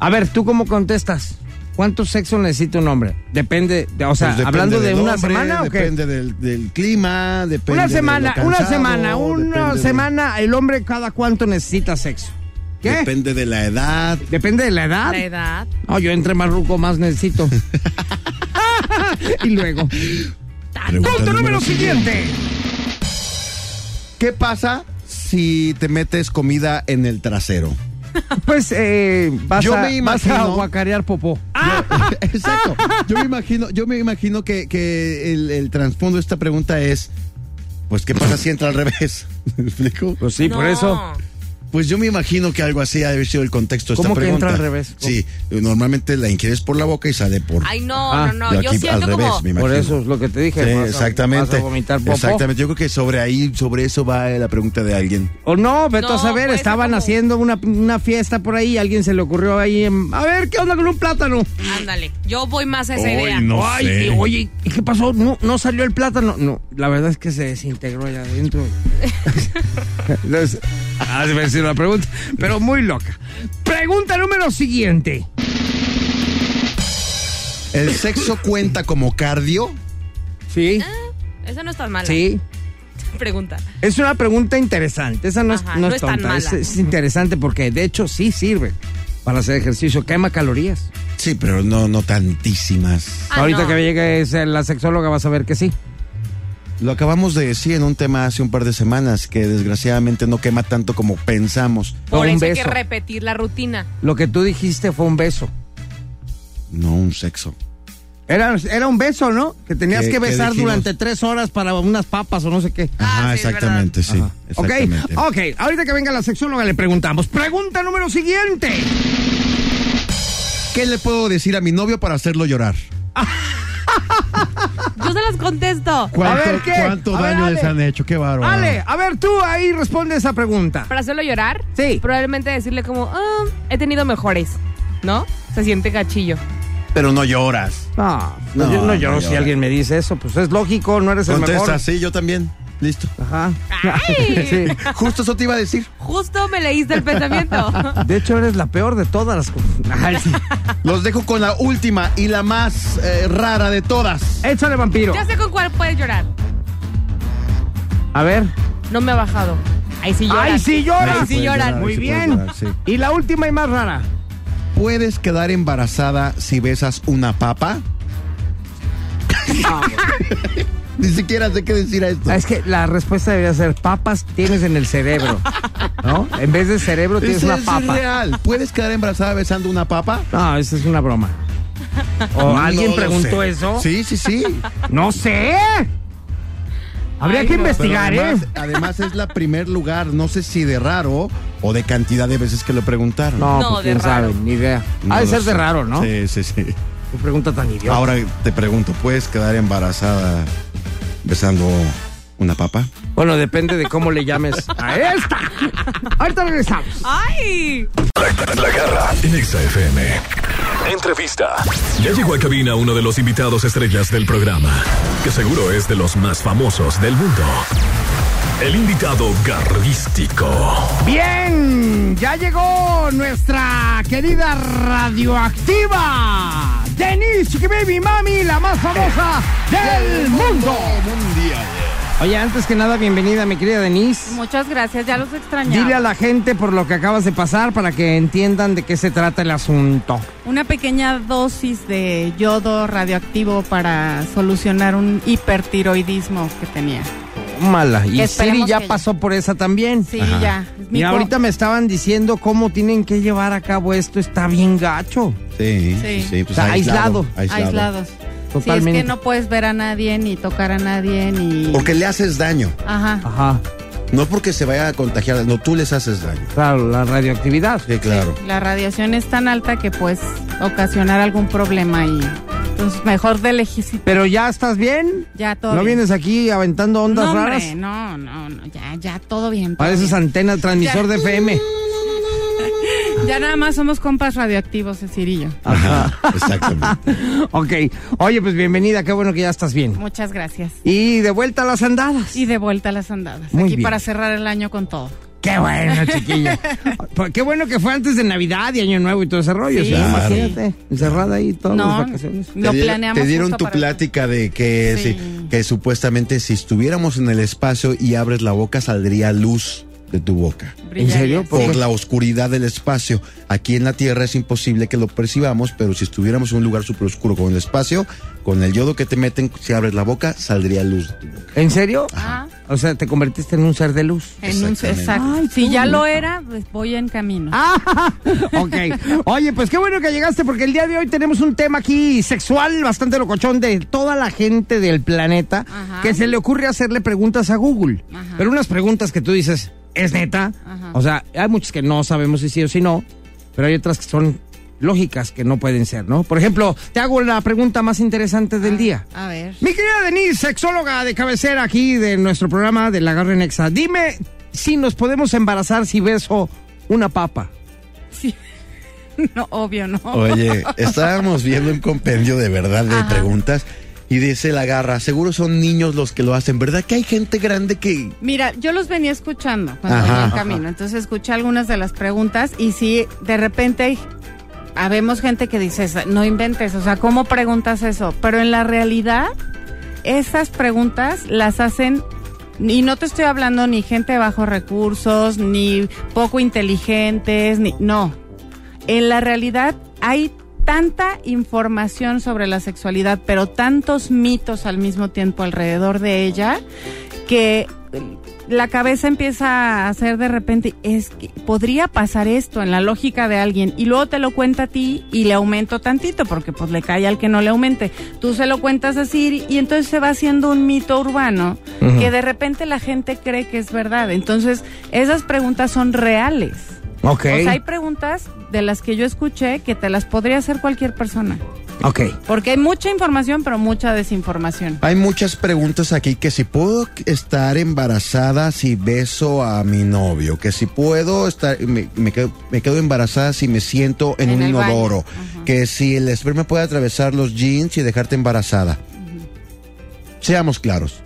A: A ver, ¿tú cómo contestas? ¿Cuánto sexo necesita un hombre? Depende, de- o sea,
B: Pues depende
A: hablando de
B: del
A: una
B: hombre,
A: semana o qué?
B: Depende del, del clima, depende
A: Una
B: de
A: semana,
B: lo
A: una
B: cansado,
A: semana,
B: depende
A: una
B: de-
A: semana, el hombre cada cuánto necesita sexo. ¿Qué? Depende,
B: Depende de la edad.
A: de la edad.
E: La edad.
A: No, yo entre más ruco, más
B: [laughs]
A: necesito. y luego.
B: Pregunta
A: Punto número siguiente.
B: ¿Qué pasa si te metes comida en el trasero?
A: Pues eh, vas,
B: Yo
A: a,
B: me
A: vas a
B: imagino-
A: guacarear popó.
B: [laughs] Exacto. Yo me imagino, yo me imagino que, que el, el trasfondo de esta pregunta es, pues, ¿qué pasa si entra al revés? [laughs] ¿Me explico?
A: Pues sí, por
L: No.
A: eso.
B: Pues yo me imagino que algo así ha de haber sido el contexto de esta
A: ¿Cómo que
B: pregunta.
A: entra al revés? ¿Cómo?
B: Sí, normalmente la ingieres por la boca y sale por...
L: Ay, no,
A: Ah,
L: no,
B: de
L: no. Yo
B: aquí
L: siento
B: al revés,
L: como.
B: me imagino.
A: Por eso es lo que te dije.
B: Sí,
A: vas a-
B: exactamente.
A: vas a vomitar popó.
B: Exactamente. Yo creo que sobre ahí, sobre eso va la pregunta de alguien.
A: O Oh, no, vete a
L: No, pues,
A: saber,
L: puede ser
A: estaban
L: como-
A: haciendo una, una fiesta por ahí y alguien se le ocurrió ahí. em, A ver, ¿qué onda con un plátano?
L: Ándale. Yo voy más a esa idea.
A: Ay, y- oye, ¿y qué pasó? No, no salió el plátano. No, la verdad es que se desintegró allá
B: [laughs]
A: adentro. Entonces, ah, ha de haber sido una pregunta, pero muy loca. Pregunta número siguiente.
B: ¿El sexo cuenta como cardio?
A: Sí,
L: Esa no es tan mala.
A: sí.
L: Pregunta.
A: Es una pregunta interesante. Esa no es,
L: Ajá,
A: no
L: no
A: es
L: es tan
A: tonta. Es,
L: mala.
A: es interesante porque de hecho sí sirve para hacer ejercicio. Quema calorías.
B: Sí, pero no, no tantísimas.
L: Ah,
A: Ahorita
L: no.
A: que llegue esa- la sexóloga vas a ver que sí.
B: Lo acabamos de decir en un tema hace un par de semanas que desgraciadamente no quema tanto como pensamos.
L: Por
A: Un
L: eso hay que
A: beso.
L: repetir la rutina.
A: Lo que tú dijiste fue un beso.
B: No un sexo.
A: Era, era un beso, ¿no? Que tenías
B: ¿Qué-
A: que
B: qué
A: besar
B: dijimos?
A: durante tres horas para unas papas o no sé qué.
B: Ajá,
L: sí, es
B: exactamente, sí.
A: Ajá. Ok,
B: Exactamente.
A: ok. Ahorita que venga la sexóloga le preguntamos. Pregunta número siguiente.
B: ¿Qué le puedo decir a mi novio para hacerlo llorar?
L: Yo se las contesto.
A: ¿Cuánto- ver, ¿qué? cuánto A ver, daño Ale. les han
B: hecho? Qué bárbaro.
A: Ale, a ver, tú ahí responde esa pregunta.
E: Para hacerlo llorar,
A: Sí.
E: probablemente decirle como, "Ah, he tenido mejores, ¿no? Se siente gachillo.
B: Pero no lloras.
A: No, no,
B: No,
A: yo no
B: no
A: lloro si
B: llora.
A: alguien me dice eso. Pues es lógico, no eres el mejor.
B: Contesta, sí, yo también. Listo.
A: Ajá.
L: Ay.
A: [laughs] Sí.
B: Justo eso te iba a decir.
L: Justo me leíste el pensamiento.
A: [laughs] De hecho, eres la peor de todas las cosas. Ay, sí.
B: Los dejo con la última y la más eh, rara de todas.
A: Échale, vampiro.
E: Ya sé con cuál puedes llorar.
A: A ver.
E: No me ha bajado. Ahí sí lloras.
A: ¡Ay, sí llora!
E: Ay, sí llora. lloran.
A: Muy
B: sí puede
A: bien.
B: llorar, sí.
A: Y la última y más rara.
B: ¿Puedes quedar embarazada si besas una papa? [laughs] Ni siquiera sé qué decir a esto.
A: Ah, Es que la respuesta debería ser papas tienes en el cerebro, ¿no? En vez de cerebro tienes
B: Eso
A: una
B: es
A: papa.
B: real. ¿Puedes quedar embarazada besando una papa?
A: No, esa es una broma. ¿O alguien
B: No lo
A: preguntó
B: sé.
A: eso?
B: Sí, sí, sí.
A: No sé. Habría
E: Ay,
A: que
E: no.
B: Pero
A: investigar,
B: además,
A: ¿eh?
B: además es la primer lugar, no sé si de raro o de cantidad de veces que lo preguntaron.
A: No,
L: No,
A: pues
L: de
A: quién
L: raro.
A: sabe, ni idea.
B: No
A: ha de
B: lo
A: ser de
B: sé.
A: raro, ¿no?
B: Sí, sí, sí.
A: Qué pregunta tan idiota.
B: Ahora te pregunto, ¿puedes quedar embarazada besando una papa?
A: Bueno, depende de cómo le llames a esta. Ahorita regresamos.
L: ¡Ay!
C: La garra en Exa FM. Entrevista. Ya llegó a cabina uno de los invitados estrellas del programa, que seguro es de los más famosos del mundo. El invitado garrístico.
A: Bien, ya llegó nuestra querida radioactiva. Denise Baby Mami, la más famosa [laughs] del mundo. Oye, antes que nada, bienvenida, mi querida Denise.
E: Muchas gracias, ya los extrañaba.
A: Dile a la gente por lo que acabas de pasar para que entiendan de qué se trata el asunto.
J: Una pequeña dosis de yodo radioactivo para solucionar un hipertiroidismo que tenía.
A: Mala. Y
J: Que
A: Siri
J: esperemos
A: ya
J: que-
A: pasó por esa también.
J: Sí,
B: Ajá.
J: ya. Mi
A: Mira,
J: co-
A: ahorita me estaban diciendo cómo tienen que llevar a cabo esto. Está bien gacho.
B: Sí,
J: Sí.
B: sí, sí, pues
A: Está aislado.
J: aislados.
A: Totalmente.
J: Sí, es que no puedes ver a nadie ni tocar a nadie ni
B: Porque le haces daño.
J: Ajá.
A: Ajá.
B: No porque se vaya a contagiar, no, tú les haces daño.
A: Claro, la radioactividad.
B: Sí, claro.
J: La radiación es tan alta que puedes ocasionar algún problema y entonces mejor de lejísimo.
A: Pero ya estás bien.
J: Ya todo.
A: ¿No
J: bien.
A: vienes aquí aventando ondas
J: no, hombre,
A: raras?
J: no, no, no, ya ya todo bien. todo
A: Pareces
J: bien. [laughs]
A: antena transmisor
J: Ya.
A: de FM.
J: Ya Ya nada más somos compas radioactivos, Cecirillo.
B: Ajá, exactamente.
A: ok. Oye, pues bienvenida, qué bueno que ya estás bien.
J: Muchas gracias.
A: Y de vuelta a las andadas.
J: Y de vuelta a las andadas.
A: Muy
J: Aquí
A: bien.
J: para cerrar el año con todo.
A: Qué bueno,
J: [laughs]
A: chiquilla. Pues, qué bueno que fue antes de Navidad y Año Nuevo y todo ese rollo.
J: Sí,
A: o sea,
J: sí.
A: Imagínate, encerrada ahí todas
J: No,
A: las vacaciones.
J: lo
B: di-
J: planeamos
B: Te dieron
J: justo
B: tu
J: para-
B: plática de que,
J: Sí.
B: si- que supuestamente si estuviéramos en el espacio y abres la boca saldría luz de tu boca.
J: ¿En serio?
B: Por
J: Sí.
B: la oscuridad del espacio. Aquí en la Tierra es imposible que lo percibamos, pero si estuviéramos en un lugar súper oscuro con el espacio, con el yodo que te meten, si abres la boca, saldría luz de tu boca.
A: ¿En serio?
J: Ah,
A: O sea, te convertiste en un ser de luz.
J: en un exacto.
A: Ay,
J: si
A: tú,
J: ya lo
A: neta.
J: era, pues voy en camino.
A: Ah, [laughs] ok. Oye, pues qué bueno que llegaste porque el día de hoy tenemos un tema aquí sexual bastante locochón de toda la gente del planeta
J: Ajá.
A: que se le ocurre hacerle preguntas a Google.
J: Ajá.
A: Pero unas preguntas que tú dices, ¿es neta?
J: Ajá.
A: O sea, hay muchas que no sabemos si sí o si no, pero hay otras que son lógicas que no pueden ser, ¿no? Por ejemplo, te hago la pregunta más interesante
J: Ah.
A: del día.
J: A ver. [laughs]
A: Mi querida Denise, sexóloga de cabecera aquí de nuestro programa de la Garra Nexa, dime si nos podemos embarazar si beso una papa.
J: No, obvio, no. [laughs]
B: Oye, estábamos viendo un compendio de verdad de
J: Ajá.
B: preguntas y dice la garra, seguro son niños los que lo hacen, ¿verdad? Que hay gente grande que...
J: Mira, yo los venía escuchando cuando
B: Ajá.
J: venía en camino, entonces escuché algunas de las preguntas y sí, de repente hay- habemos gente que dice, no inventes, o sea, ¿cómo preguntas eso? Pero en la realidad, esas preguntas las hacen, y no te estoy hablando ni gente de bajos recursos, ni poco inteligentes, ni... No, en la realidad hay tanta información sobre la sexualidad, pero tantos mitos al mismo tiempo alrededor de ella, que la cabeza empieza a hacer de repente, es que podría pasar esto en la lógica de alguien y luego te lo cuenta a ti y le aumento tantito porque pues le cae al que no le aumente. Tú se lo cuentas así y entonces se va haciendo un mito urbano
A: Ujú.
J: que de repente la gente cree que es verdad. Entonces esas preguntas son reales.
A: Ok.
J: O sea, hay preguntas de las que yo escuché que te las podría hacer cualquier persona.
A: Ok.
J: Porque hay mucha información, pero mucha desinformación.
B: Hay muchas preguntas aquí que si puedo estar embarazada si beso a mi novio, que si puedo estar, me, me quedo, me quedo embarazada si me siento en,
J: En
B: un
J: el baño.
B: inodoro, que si el esperma puede atravesar los jeans y dejarte embarazada. Seamos claros,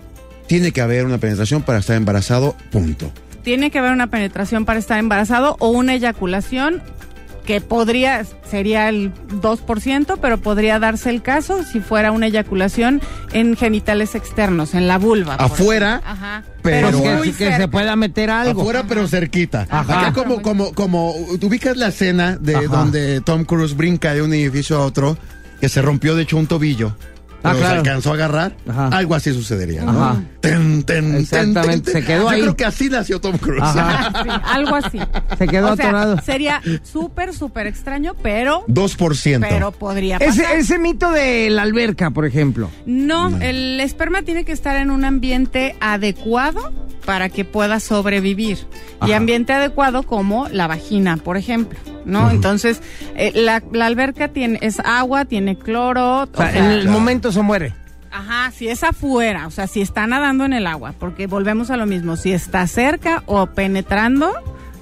B: tiene que haber una penetración para estar embarazado, punto.
J: Tiene que haber una penetración para estar embarazado o una eyaculación que podría, sería el 2%, pero podría darse el caso si fuera una eyaculación en genitales externos, en la vulva. Ah, por
B: Afuera,
J: ejemplo. Ajá.
B: pero-
J: Pero,
A: Pues que,
J: muy
A: que se [laughs]
J: cerca.
A: pueda meter algo.
B: Afuera, pero cerquita.
A: Ajá.
B: Acá como, como, como, ¿tú ubicas la escena de
A: Ajá.
B: donde Tom Cruise brinca de un edificio a otro, que se rompió de hecho un tobillo.
A: Ah,
B: pero se
A: claro.
B: alcanzó a agarrar,
A: Ajá.
B: algo así sucedería. ¿no?
A: Ajá.
B: Ten, ten, ten,
A: Exactamente,
B: ten,
A: se quedó
B: Yo
A: ahí.
B: creo que así nació Tom Cruise. [laughs]
A: Ajá.
J: Sí, algo así.
A: Se quedó
J: O sea,
A: atorado.
J: Sería súper, súper extraño, pero,
B: 2%.
J: pero podría pasar.
A: Ese, ese mito de la alberca, por ejemplo.
J: No, el esperma tiene que estar en un ambiente adecuado para que pueda sobrevivir. Y
A: Ajá.
J: ambiente adecuado como la vagina, por ejemplo. ¿No? Entonces, eh, la, la alberca tiene, es agua, tiene cloro.
A: O sea,
J: o sea,
A: en el momento se muere.
J: Ajá, si es afuera, o sea, si está nadando en el agua, porque volvemos a lo mismo, si está cerca o penetrando,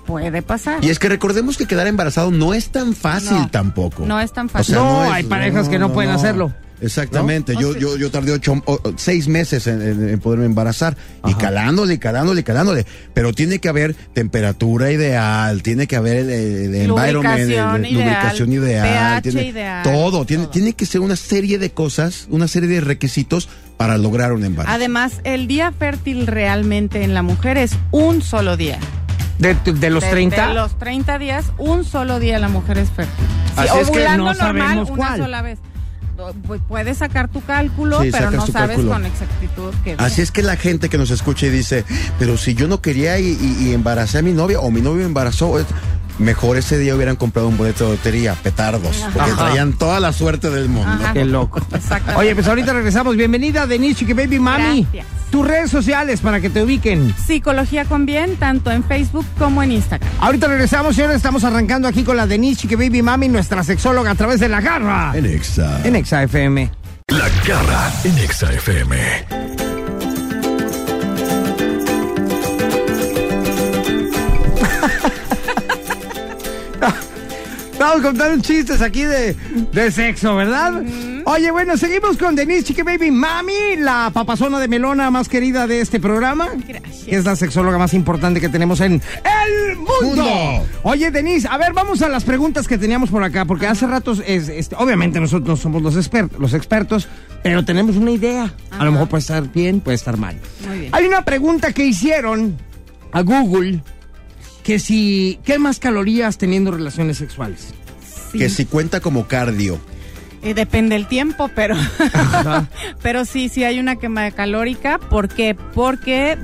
J: puede pasar.
B: Y es que recordemos que quedar embarazado no es tan fácil
J: No.
B: tampoco.
J: No es tan fácil. Ah,
A: No,
B: es-
A: hay parejas que no pueden hacerlo.
B: Exactamente.
J: ¿No?
B: Yo,
J: O sea-
B: yo, yo tardé ocho, o- o- seis meses en, en- en poderme embarazar. Y calándole, y calándole, y calándole. Pero tiene que haber temperatura ideal, tiene que haber el, el environment, el-
J: Lubricación
B: el-
J: ideal,
B: lubricación ideal,
J: pH
B: tiene
J: ideal,
B: todo. Tiene,
J: todo.
B: tiene que ser una serie de cosas, una serie de requisitos para lograr un embarazo.
J: Además, el día fértil realmente en la mujer es un solo día.
A: De, tu- de los
J: De-
A: 30.
J: de los 30 días, un solo día la mujer es fértil. Sí,
A: Así es que
J: ovulando
A: no
J: normal,
A: sabemos
J: una
A: cuál.
J: sola vez. Pu- Puedes sacar tu cálculo,
B: Sí,
J: pero
B: sacas
J: no
B: tu
J: sabes
B: cálculo.
J: con exactitud qué día.
B: Así es que la gente que nos escucha y dice, pero si yo no quería y, y- y embaracé a mi novia o mi novio me embarazó, es- mejor ese día hubieran comprado un boleto de lotería, petardos, porque
A: Ajá.
B: traían toda la suerte del mundo.
J: Ajá.
A: Qué loco.
J: Exactamente.
A: Oye, pues ahorita regresamos. Bienvenida, Denise que Baby Mami.
J: Gracias.
A: Tus redes sociales para que te ubiquen.
J: Psicología con bien, tanto en Facebook como en Instagram.
A: Ahorita regresamos, señores. Estamos arrancando aquí con la Denise que Baby Mami, nuestra sexóloga a través de la garra.
B: En Exa.
A: En Exa FM.
C: La garra en Exa FM.
A: Estamos contando chistes aquí de, de sexo, ¿verdad? Oye, bueno, seguimos con Denise Chique Baby Mami, la papazona de melona más querida de este programa. Gracias. Es la sexóloga más importante que tenemos en el mundo.
B: Mundo.
A: Oye, Denise, a ver, vamos a las preguntas que teníamos por acá, porque hace ratos, es, este, obviamente nosotros no somos los, exper- los expertos, pero tenemos una idea. A lo mejor puede estar bien, puede estar mal.
J: Muy bien.
A: Hay una pregunta que hicieron a Google que si qué más calorías teniendo relaciones sexuales.
J: Sí.
B: Que si cuenta como cardio.
J: Eh, depende el tiempo, pero [laughs] pero sí, sí hay una quema calórica. ¿Por qué? Porque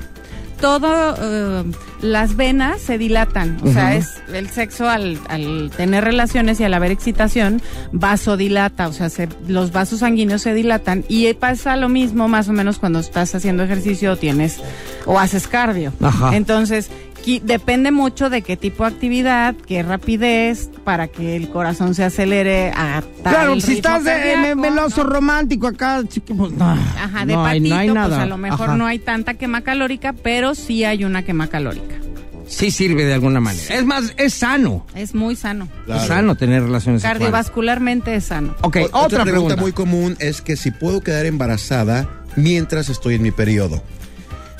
J: todo eh, las venas se dilatan. O sea,
L: Ujú.
J: es el sexo al, al tener relaciones y al haber excitación, vasodilata. O sea, se- los vasos sanguíneos se dilatan. Y pasa lo mismo más o menos cuando estás haciendo ejercicio o tienes o haces cardio.
A: Ajá.
J: Entonces, qui- depende mucho de qué tipo de actividad, qué rapidez, para que el corazón se acelere a tal
A: Claro, si
J: ritmo
A: estás de, eh,
J: cardíaco.
A: meloso romántico acá, chiqui, pues, no,
J: Ajá, de
A: no hay-
J: patito,
A: no hay
J: pues
A: nada.
J: a lo mejor
A: Ajá.
J: no hay tanta quema calórica, pero sí hay una quema calórica.
A: Sí sirve de alguna manera. Es más, es sano.
J: Es muy sano.
A: Es sano tener relaciones sexuales.
J: Cardiovascularmente es sano.
A: Ok,
B: O-
A: otra, pregunta.
B: muy común es que si puedo quedar embarazada mientras estoy en mi periodo.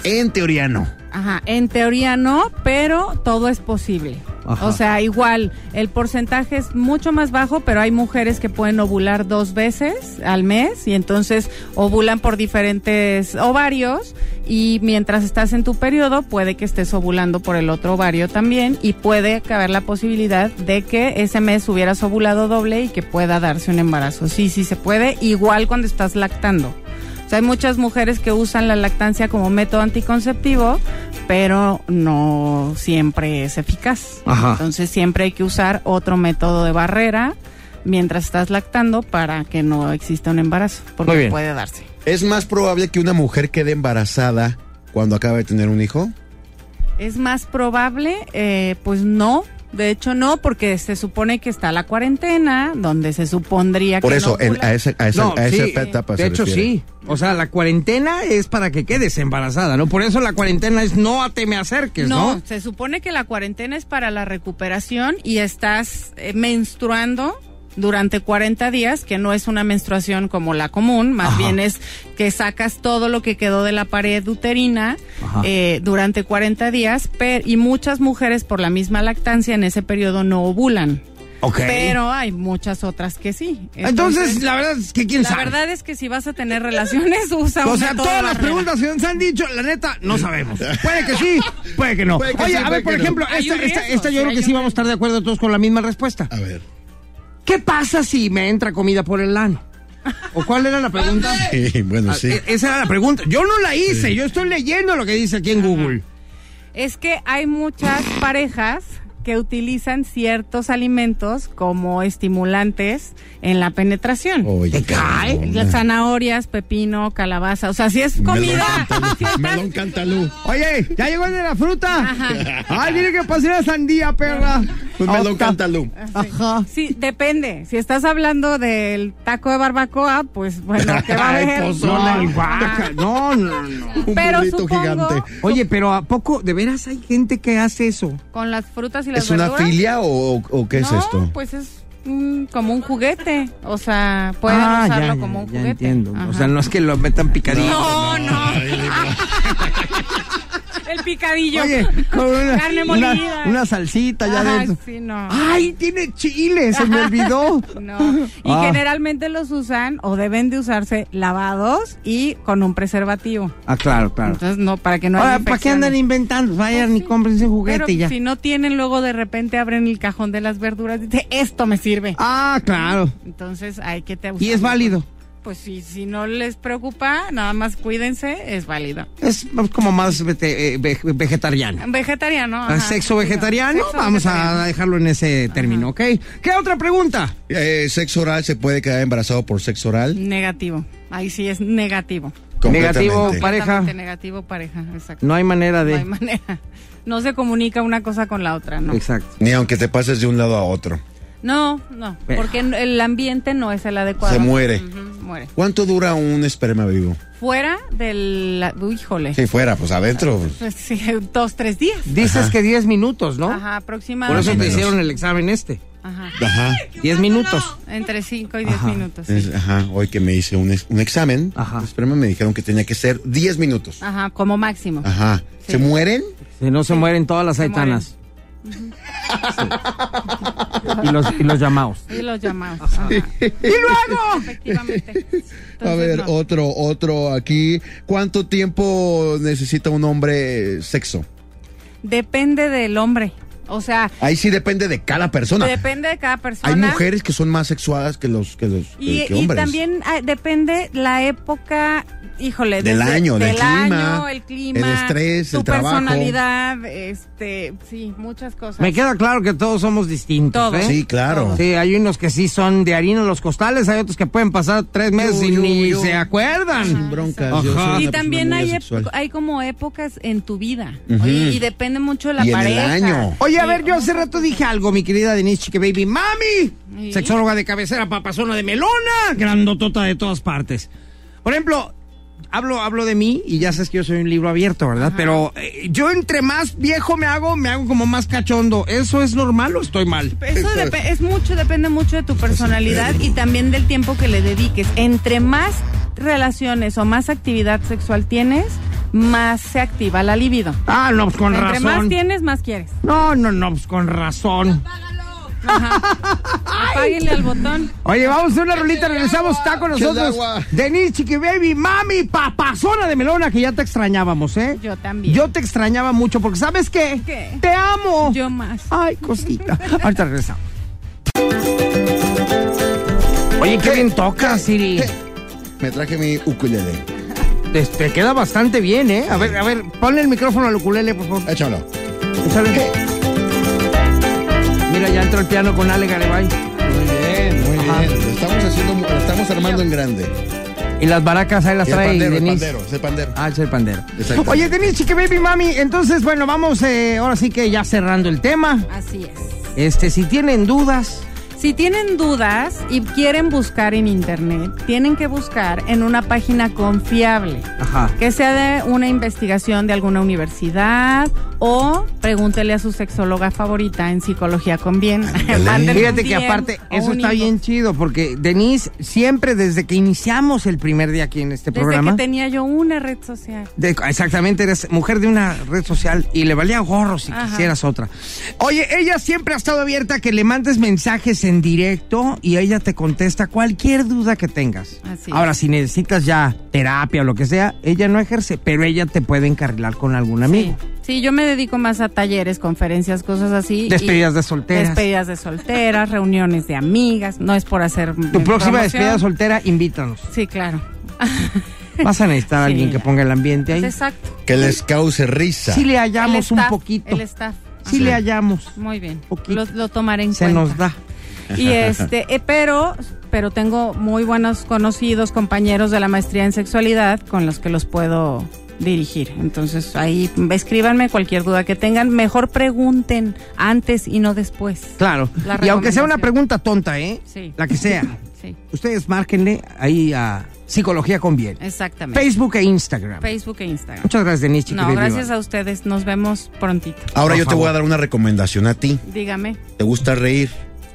B: En teoría no.
J: Ajá, en teoría no, pero todo es posible.
B: Ajá.
J: O sea, igual, el porcentaje es mucho más bajo, pero hay mujeres que pueden ovular dos veces al mes y entonces ovulan por diferentes ovarios y mientras estás en tu periodo puede que estés ovulando por el otro ovario también y puede caber la posibilidad de que ese mes hubieras ovulado doble y que pueda darse un embarazo. Sí, sí se puede, igual cuando estás lactando. O sea, hay muchas mujeres que usan la lactancia como método anticonceptivo, pero no siempre es eficaz.
A: Ajá.
J: Entonces siempre hay que usar otro método de barrera mientras estás lactando para que no exista un embarazo,
B: Muy
J: porque
B: bien.
J: puede darse.
B: ¿Es más probable que una mujer quede embarazada cuando acaba de tener un hijo?
J: ¿Es más probable? Eh, pues no. De hecho, no, porque se supone que está la cuarentena, donde se supondría
B: Por
J: que.
B: eso,
J: no
B: en-
J: ovula.
B: a esa, a esa-
A: No,
B: a
A: sí, eh,
B: esa etapa
A: de
B: se
A: hecho,
B: refiere.
A: sí. O sea, la cuarentena es para que quedes embarazada, ¿no? Por eso la cuarentena es no a te me acerques, ¿no?
J: No, se supone que la cuarentena es para la recuperación y estás eh, menstruando durante 40 días, que no es una menstruación como la común, más
L: Ajá.
J: bien es que sacas todo lo que quedó de la pared uterina
L: Ajá.
J: eh, durante 40 días per- y muchas mujeres por la misma lactancia en ese periodo no ovulan.
A: Ok.
J: Pero hay muchas otras que sí.
A: Entonces, la verdad es que quién
J: la
A: sabe.
J: verdad es que si vas a tener relaciones, [laughs]
A: [laughs]
J: usa
A: O
J: un
A: sea,
J: método
A: todas las
J: barrera.
A: preguntas que nos han dicho, la neta, no
J: [laughs]
A: sabemos. Puede que sí, puede que no.
J: Puede que
A: Oye,
J: sí,
A: a
J: puede
A: ver, por
J: que no.
A: ejemplo,
J: Hay
A: esta,
J: un
A: esta-
J: riesgo,
A: esta yo
J: sí,
A: creo
J: hay
A: que
J: un
A: sí vamos a estar de acuerdo todos con la misma respuesta. A
B: ver.
A: ¿Qué pasa si me entra comida por el ano? ¿O cuál era la pregunta?
B: Sí, bueno,
A: Ah,
B: sí.
J: eh,
A: e- Esa era la pregunta. Yo no la hice, yo estoy leyendo lo que dice aquí en Google.
J: Es que hay muchas parejas que utilizan ciertos alimentos como estimulantes en la penetración.
B: Oye,
J: Ay, las zanahorias, pepino, calabaza, o sea, si es comida.
B: Melón cantalú.
A: Oye, ya llegó el de la fruta. Ay, mire que pasé la sandía, perra.
J: Pues
A: Oh,
B: Un melón cantalú.
A: Ajá.
J: Sí, depende. Si estás hablando del taco de barbacoa, pues bueno, que va a
A: Ay, pues,
J: haber.
A: pozole, guaca. No, no, no.
J: Pero supongo
A: Oye, pero ¿a poco de veras hay gente que hace eso?
J: con las frutas y las
B: ¿Es una
J: verduras.
B: filia o, o- o qué es
J: no,
B: esto?
J: pues es mm, como un juguete, o sea, pueden
A: Ah, ya,
J: usarlo
A: ya,
J: como un
A: ya
J: juguete.
A: entiendo. O
J: Ajá.
A: sea, no es que lo metan picadito.
J: No, no. [laughs] El picadillo. [laughs]
A: Oye, con una,
J: carne
A: una,
J: molida.
A: una salsita ya
J: Ajá,
A: de eso. Ah.
J: sí, no.
A: ¡Ay, tiene chile! Se me olvidó.
J: [laughs]
A: [laughs]
J: No. Y
A: Ah.
J: generalmente los usan o deben de usarse lavados y con un preservativo.
A: Ah, claro, claro.
J: Entonces, no, para que no
A: Ahora,
J: haya
A: ¿para qué andan inventando? Vayan y cómprense un juguete
J: Pero
A: y ya.
J: si no tienen, luego de repente abren el cajón de las verduras y dicen, esto me sirve.
A: Ah, claro.
J: Entonces hay que te
A: Y es válido.
J: Pues sí, si no les preocupa, nada más cuídense, es válido.
A: Es como más vete- eh, ve- vegetariano.
J: Vegetariano.
A: Ah,
J: ajá.
A: Sexo vegetariano,
J: Sexo
A: vamos a dejarlo en ese término, ¿ok? ¿Qué otra pregunta?
B: Eh, ¿Sexo oral se puede quedar embarazado por sexo oral?
J: Negativo. Ahí sí es negativo.
B: Completamente. Negativo,
A: pareja.
J: Completamente Negativo pareja, exacto.
A: No hay manera de.
J: No hay manera. No se comunica una cosa con la otra, ¿no?
A: Exacto.
B: Ni aunque te pases de un lado a otro.
J: No, no,
A: Eh.
J: porque n- el ambiente no es el adecuado.
B: Se muere.
J: Ujú, muere.
B: ¿Cuánto dura un esperma vivo?
J: Fuera del... la- uy, híjole.
B: Si fuera, pues adentro. pues,
J: Pues sí, [laughs] dos, tres días.
A: Dices
B: Ajá.
A: que 10 minutos, ¿no?
J: Ajá,
A: Por
J: aproximadamente.
A: eso te hicieron el examen este.
J: Ajá.
B: Ajá.
A: 10 minutos.
J: Entre 5 y 10 minutos.
B: Es- ajá, hoy que me hice un, ex- un examen, los espermas me dijeron que tenía que ser 10 minutos.
J: Ajá, como máximo.
B: Ajá.
J: Ah. Sí.
B: ¿Se mueren?
A: Si no se mueren todas las aitanas. Y los, y los llamados.
J: Y los llamados. Ajá.
B: ¡Y [laughs] luego! A ver, otro, otro aquí. ¿Cuánto tiempo necesita un hombre eh, sexo?
J: Depende del hombre. O sea,
B: Ahí sí depende de cada persona.
J: depende de cada
B: Hay
J: persona.
B: mujeres que son más sexuadas que los que los eh,
J: Y,
B: que- que
J: y
B: hombres.
J: también ah, depende la época, híjole,
B: Del
J: desde-
B: año, del clima,
J: año, el clima,
B: el estrés,
J: tu
B: el trabajo.
J: personalidad, este, sí, muchas cosas.
A: Me queda claro que todos somos distintos.
J: Todos.
A: ¿eh?
J: Sí, claro. Todos.
A: Sí, hay unos que sí son de harina en los costales, hay otros que pueden pasar tres meses y ni se acuerdan. Ah, Sin
B: broncas.
J: yo y también hay, ép- hay como épocas en tu vida.
A: Ujú.
J: Oye, y depende mucho de la pareja.
A: Oye, a ver, yo hace rato dije algo, mi querida Denise Chique Baby. ¡Mami! Sexóloga de cabecera, papazona de melona, grandotota de todas partes. Por ejemplo, hablo, hablo de mí y ya sabes que yo soy un libro abierto, ¿verdad? Pero eh, yo entre más viejo me hago, me hago como más cachondo. ¿Eso es normal o estoy mal?
J: Eso depe- es mucho, depende mucho de tu
B: pues,
J: personalidad y también del tiempo que le dediques. Entre más relaciones o más actividad sexual tienes, más se activa la libido.
A: Ah, no, pues con
J: Entre
A: razón.
J: más tienes, más quieres.
A: No, no, no, pues con razón.
J: Apáguenle al botón.
A: Oye, vamos a una rolita, regresamos, está con
J: Eche el
A: nosotros
J: agua.
A: Denise Chiqui Baby, mami, papazona de melona, que ya te extrañábamos, ¿eh?
J: Yo también.
A: Yo te extrañaba mucho, porque ¿sabes qué?
J: ¿Qué?
A: Te amo.
J: Yo más.
A: Ay, cosita. Ahorita regresamos. Oye, qué bien tocas, Siri.
B: Me traje mi ukulele.
A: Te, te queda bastante bien, ¿eh? A ver, a ver, ponle el micrófono al ukulele, por favor.
B: Échalo. Eh,
A: Échalo. Mira, ya entró el piano con Ale Garibay.
B: Muy bien. Lo estamos haciendo, mu- lo estamos armando en grande.
A: Y las baracas ahí las
B: Y el
A: trae
B: pandero, el
A: Denise.
B: pandero, es el pandero.
A: Ah, es el pandero.
B: Exacto.
A: Oye, Denise, chique baby, mami. Entonces, bueno, vamos eh, ahora sí que ya cerrando el tema.
J: Así es.
A: Este, si tienen dudas,
J: Si tienen dudas y quieren buscar en internet, tienen que buscar en una página confiable.
A: Ajá.
J: Que sea de una investigación de alguna universidad o pregúntele a su sexóloga favorita en psicología con bien. [laughs] Mándenle un
A: Fíjate que
J: DM
A: aparte,
J: o
A: eso
J: un
A: está
J: inbox.
A: bien chido, porque Denise, siempre desde que iniciamos el primer día aquí en este
J: Desde
A: programa.
J: que tenía yo una red social.
A: de- exactamente, eres mujer de una red social y le valía gorro si
J: Ajá.
A: quisieras otra. Oye, ella siempre ha estado abierta a que le mandes mensajes en directo y ella te contesta cualquier duda que tengas.
J: Así
A: Ahora, si necesitas ya terapia o lo que sea, ella no ejerce, pero ella te puede encarrilar con algún amigo.
J: Sí, yo me dedico más a talleres, conferencias, cosas así. y-
A: Despedidas de solteras.
J: Despedidas de solteras, reuniones de amigas. No es por hacer. eh,
A: Tu próxima despedida soltera, invítanos.
J: Sí, claro.
A: Vas a necesitar a alguien que ponga el ambiente ahí.
J: Exacto.
B: Que les cause risa.
A: Si le
J: El
A: hallamos un
J: staff,
A: poquito.
J: El staff.
A: Si
J: Ajá.
A: le hallamos.
J: Muy bien. Lo, lo tomaré en
A: Se
J: cuenta.
A: nos da. [laughs]
J: Y este, eh, pero, pero tengo muy buenos conocidos, compañeros de la maestría en sexualidad con los que los puedo dirigir. Entonces ahí escríbanme cualquier duda que tengan. Mejor pregunten antes y no después.
A: Claro.
J: La
A: Y aunque sea una
J: recomendación.
A: pregunta tonta, ¿eh?
J: Sí.
A: La que sea.
J: [laughs] Sí.
A: Ustedes márquenle ahí a Psicología con Bien.
J: Exactamente.
A: Facebook e Instagram.
J: Facebook e Instagram.
A: Muchas gracias, Denise.
J: No, gracias a ustedes. Nos vemos prontito.
B: Ahora yo te voy a dar una recomendación a ti.
J: Dígame.
B: ¿Te gusta reír?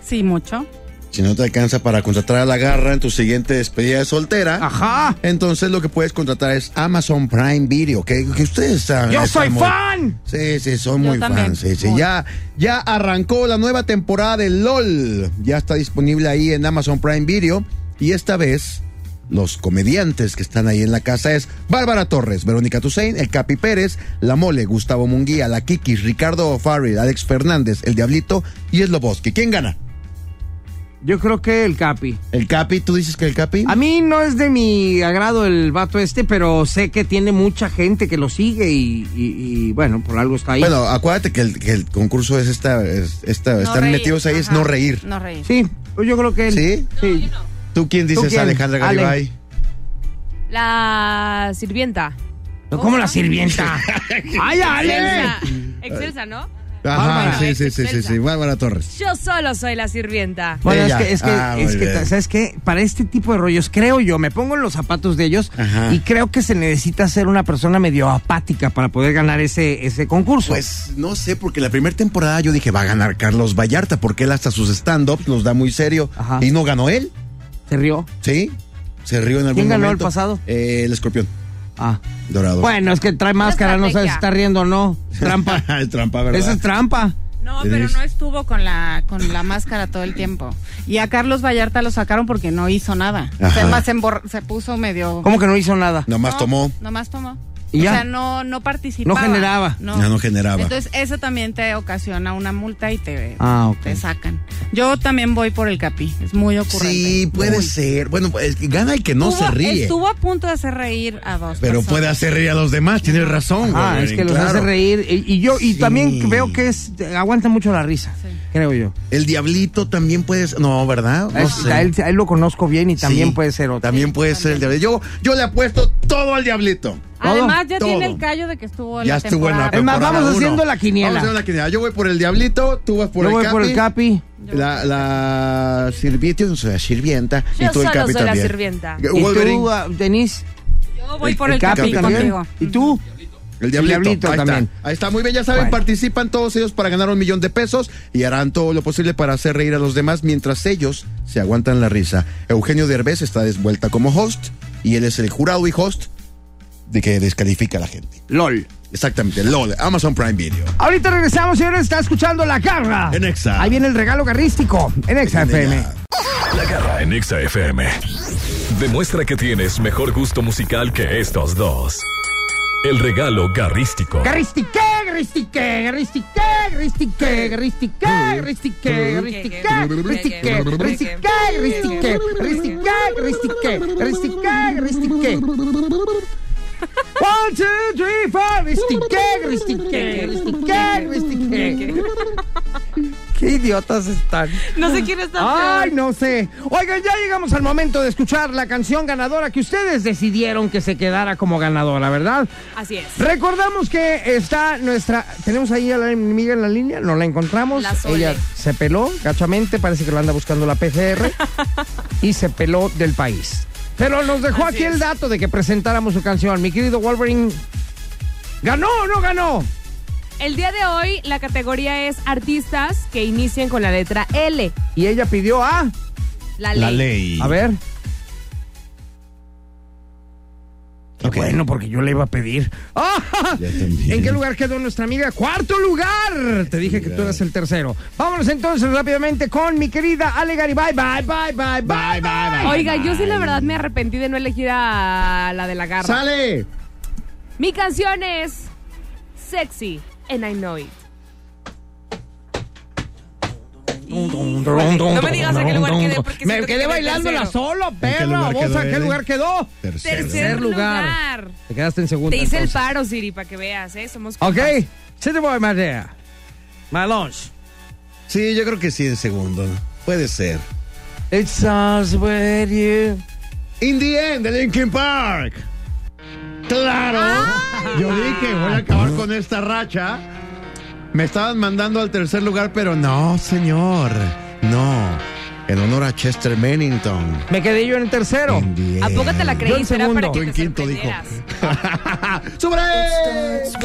J: Sí, mucho.
B: Si no te alcanza para contratar a la garra en tu siguiente despedida de soltera,
A: Ajá.
B: entonces lo que puedes contratar es Amazon Prime Video, que, que ustedes saben.
A: ¡Yo
B: están
A: soy
B: muy-
A: fan!
B: Sí, sí, son
A: Yo
B: muy
A: también,
B: fans. Sí, sí.
A: muy.
B: Ya, ya arrancó la nueva temporada de LOL. Ya está disponible ahí en Amazon Prime Video. Y esta vez, los comediantes que están ahí en la casa es Bárbara Torres, Verónica Toussaint, el Capi Pérez, La Mole, Gustavo Munguía, La Kiki, Ricardo Farrell, Alex Fernández, El Diablito y Esloboski. ¿Quién gana?
A: Yo creo que el Capi.
B: ¿El Capi? ¿Tú dices que el Capi?
A: A mí no es de mi agrado el vato este, pero sé que tiene mucha gente que lo sigue y, y- y, bueno, por algo está ahí.
B: Bueno, acuérdate que el, que el concurso es esta, es esta están
A: reír,
B: metidos ahí, es
A: ajá,
B: no reír.
J: No reír.
A: Sí, yo creo que él.
B: ¿Sí?
A: Sí.
B: ¿Tú quién dices,
A: quién?
B: Alejandra
A: Ale.
B: Garibay?
E: La sirvienta.
J: Oh, [laughs]
A: ¿Cómo la sirvienta? ¡Ay, Ale!
E: Excelsa, ¿no?
B: Ajá,
L: Bárbara.
B: sí, sí, sí, sí,
L: Excelsa.
B: sí. Bárbara Torres.
L: Yo solo soy la sirvienta.
A: Bueno, es
B: Ella.
A: que, es que,
B: Ah,
A: es
B: muy
A: que,
B: bien.
A: ¿sabes qué? Para este tipo de rollos, creo yo, me pongo en los zapatos de ellos
B: Ajá.
A: y creo que se necesita ser una persona medio apática para poder ganar ese, ese concurso.
B: Pues no sé, porque la primera temporada yo dije va a ganar Carlos Vallarta, porque él hasta sus stand-ups los da muy serio. Y no ganó él.
A: ¿Se rió?
B: Sí, se rió en algún momento.
A: ¿Quién ganó el pasado?
B: Eh, el escorpión.
A: Ah.
B: Dorado. [laughs]
A: Bueno, es que trae máscara, no sabes si
J: estrategia.
A: está riendo o no. Trampa.
B: es trampa, ¿verdad?
A: Esa es trampa.
J: No,
A: Eres-
J: pero no estuvo con la, con la máscara todo el tiempo. Y a Carlos Vallarta lo sacaron porque no hizo nada.
A: Ajá.
J: Se, más emborra- se puso medio...
A: ¿Cómo que no hizo nada?
B: Nomás tomó.
J: Nomás tomó.
A: ¿Y ya?
J: O sea, no, no participaba.
A: No generaba.
B: Ya no generaba.
J: Entonces, eso también te ocasiona una multa y te,
B: Ah, ok.
J: te sacan. Yo también voy por el capi. Es muy ocurrente.
B: Sí, puede ser. Bueno, es que gana el que no
J: Estuvo-
B: se ríe.
J: Estuvo a punto de hacer reír a dos
B: Pero puede hacer reír a los demás, tienes razón.
A: Ah,
B: güey,
A: es que los
B: claro.
A: hace reír. Y, y yo, y también veo que es, aguanta mucho la risa. Creo yo.
B: El diablito también puede ser. No, ¿verdad? No
A: Es-
B: sé.
A: a, él, a él lo conozco bien y también
B: Sí,
A: puede ser otro.
B: También puede ser el diablito. Yo, yo le apuesto todo al diablito.
J: Además, ya
B: Todo.
J: tiene el callo de que estuvo en
B: Ya
J: la
B: estuvo en la
J: temporada.
B: temporada uno. Vamos
A: quiniela.
B: haciendo la quiniela. Yo voy por el diablito, tú vas por
A: Yo
B: el
A: voy
B: capi.
A: por el capi.
B: La, la sirvienta, o sea, sirvienta.
L: Yo
B: y tú el
L: solo
B: capi
L: soy la
B: también.
L: sirvienta.
A: ¿Y tú, ah, Denise?
L: Yo voy por el, capi,
A: también.
L: contigo.
A: ¿Y tú?
B: El diablito,
A: Diablito
B: ahí
A: también.
B: Está. Ahí está, muy bien, ya saben, participan todos ellos para ganar un millón de pesos y harán todo lo posible para hacer reír a los demás mientras ellos se aguantan la risa. Eugenio Derbez está desvuelta como host y él es el jurado y host de que descalifica a la gente.
A: LOL.
B: Exactamente, LOL, Amazon Prime Video.
A: Ahorita regresamos, señores. Está escuchando la garra. En
B: Exa.
A: Ahí viene el regalo garrístico. En Exa FM.
C: La garra en Exa FM. Demuestra que tienes mejor gusto musical que estos dos. El regalo garrístico.
A: Garristique, garristique, garristique, garristique, garristique, garristique, garristique, garristique, garristique, garristique, garristique, garristique, garristique, garristique. One, two, three, four, garristique, garristique, garristique, garristique.
L: [laughs]
A: Qué idiotas están.
L: No sé quién está
A: Ay,
L: peor.
A: no sé. Oigan, ya llegamos al momento de escuchar la canción ganadora que ustedes decidieron que se quedara como ganadora, ¿verdad?
L: Así es.
A: Recordamos que está nuestra. Tenemos ahí a la enemiga en la línea, no la encontramos.
L: La Sole.
A: Ella se peló gachamente, parece que la anda buscando la
L: [laughs]
A: PCR y se peló del país. Pero nos dejó aquí el dato de que presentáramos su canción. Mi querido Wolverine, ¿ganó o no ganó?
L: El día de hoy la categoría es artistas que inicien con la letra L.
A: Y ella pidió a.
L: La ley.
A: A ver. Qué bueno, porque yo le iba a pedir. [laughs] ¡Ah! ¿En qué lugar quedó nuestra amiga? ¡Cuarto lugar! Te dije que tú eras el tercero. Vámonos entonces rápidamente con mi querida Ale Garibay. Bye, bye, bye, bye, bye. bye.
L: Oiga, yo sí la verdad me arrepentí de no elegir a la de la garra.
B: ¡Sale!
L: Mi canción es Sexy and I Know It.
A: No
L: me digas a qué lugar quedé, porque
A: Me
L: siento
A: quedé
L: que quedé
A: bailándola
L: tercero.
A: solo,
L: qué
A: perro.
L: lugar
A: ¿Vos
L: quedó
A: a qué
L: él, eh?
A: lugar quedó?
L: Tercer, lugar.
A: Te quedaste en segundo.
L: Te hice el
A: entonces.
L: paro, Siri, para que veas, ¿eh? Somos
A: Ok. City Boy, my dear. My lunch.
B: Sí, yo creo que sí en segundo. Puede ser.
A: It sounds with you.
B: In the end, de Linkin Park. Claro. Yo dije, voy a acabar con esta racha. Me estaban mandando al tercer lugar, pero no, señor. No. En honor a Chester Bennington.
A: Me quedé yo en el tercero.
L: ¿A poco te la
B: Yo en
L: creíste? Era para que
B: segundo. Tú en
L: te
B: quinto, dijo.
L: sorprendieras.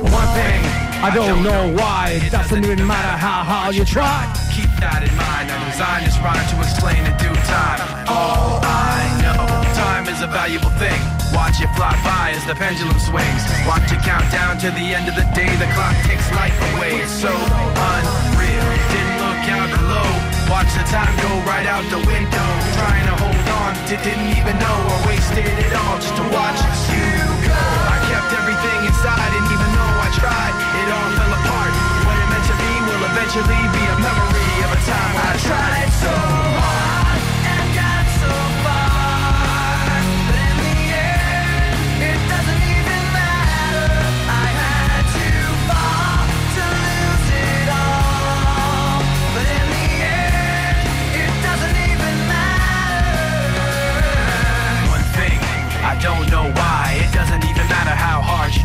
H: One thing.
A: I don't know why it doesn't even matter how hard you try.
H: Keep that in mind. I designed this rhyme to explain in due time. All I know, time is a valuable thing. Watch it fly by as the pendulum swings. Watch it count down to the end of the day. The clock takes life away. It's so unreal. Didn't look out below. Watch the time go right out the window. Trying to hold on to didn't even know I wasted it all just to watch you go. I kept everything inside and even though I tried, it all fell apart. What it meant to be will eventually be a memory of a time I tried so hard and got so far. But in the end, it doesn't even matter. I had to fall to lose it all. But in the end, it doesn't even matter. One thing, I don't know why. It doesn't even matter how hard you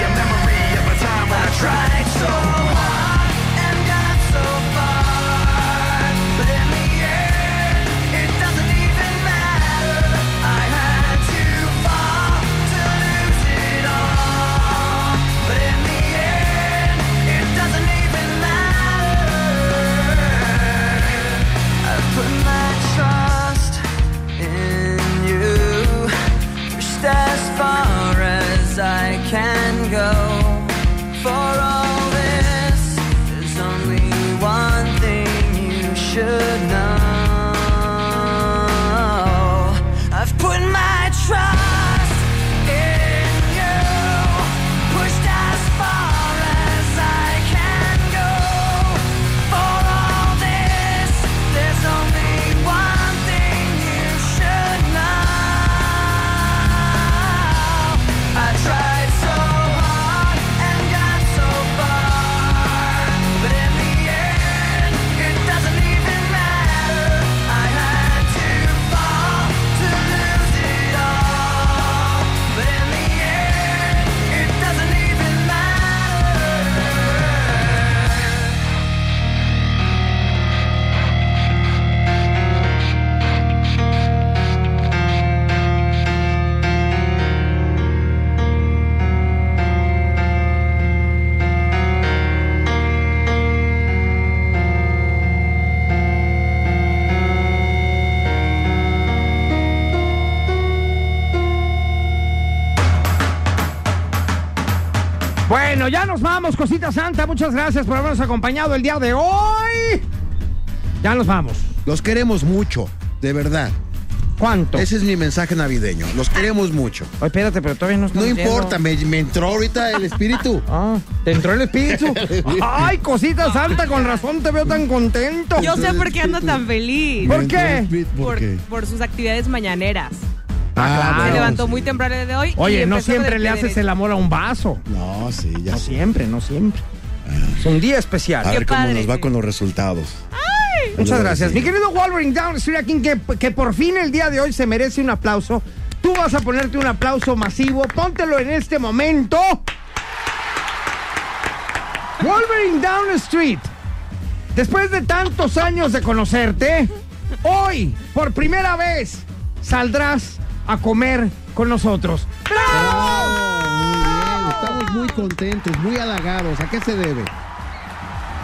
H: a memory of a time when I tried so hard and got so far. But in the end, it doesn't even matter. I had to fall to lose it all. But in the end, it doesn't even matter. I put my trust in you. Pushed as far as I can go. For all this, there's only one thing you should know. I've put my trust in you. Pushed as far as I can go. For all this, there's only one thing you should know. I tried so hard and got so far, but in the end, it doesn't even matter. I had to fall to lose it all, but in the end, it doesn't even matter.
A: Bueno, ya nos vamos, cosita santa. Muchas gracias por habernos acompañado el día de hoy. Ya nos vamos.
B: Los queremos mucho, de verdad.
A: ¿Cuánto?
B: Ese es mi mensaje navideño. Los queremos mucho.
A: Oye, espérate, pero todavía no
B: No
A: estamos
B: importa, me, me entró ahorita
L: [laughs]
B: el espíritu.
A: Ah, te entró el
B: [laughs]
A: espíritu. Ay, cosita santa, con razón te veo tan contento.
L: Yo sé por qué anda tan feliz.
A: ¿Por
B: Me
A: qué?
B: entró el espíritu, ¿Por
L: Por,
B: qué?
L: por sus actividades mañaneras.
B: Ah,
L: Se
B: bueno,
L: levantó
B: sí.
L: muy temprano el día de hoy. y
A: Oye, no
L: empezó
A: siempre
L: con
A: le haces el amor a un vaso.
B: No, sí, ya
A: No
B: sé.
A: siempre, no siempre. Es un día especial.
B: A ver cómo
L: padre,
B: nos va
L: sí.
B: con los resultados.
A: Muchas gracias.
B: Sí.
A: Mi querido Wolverine Down, estoy aquí que, que por fin el día de hoy se merece un aplauso. Tú vas a ponerte un aplauso masivo. Póntelo en este momento. Wolverine Down Street. Después de tantos años de conocerte, hoy, por primera vez, saldrás a comer con nosotros.
B: Oh, Muy bien, estamos muy contentos, muy halagados. ¿A qué se debe?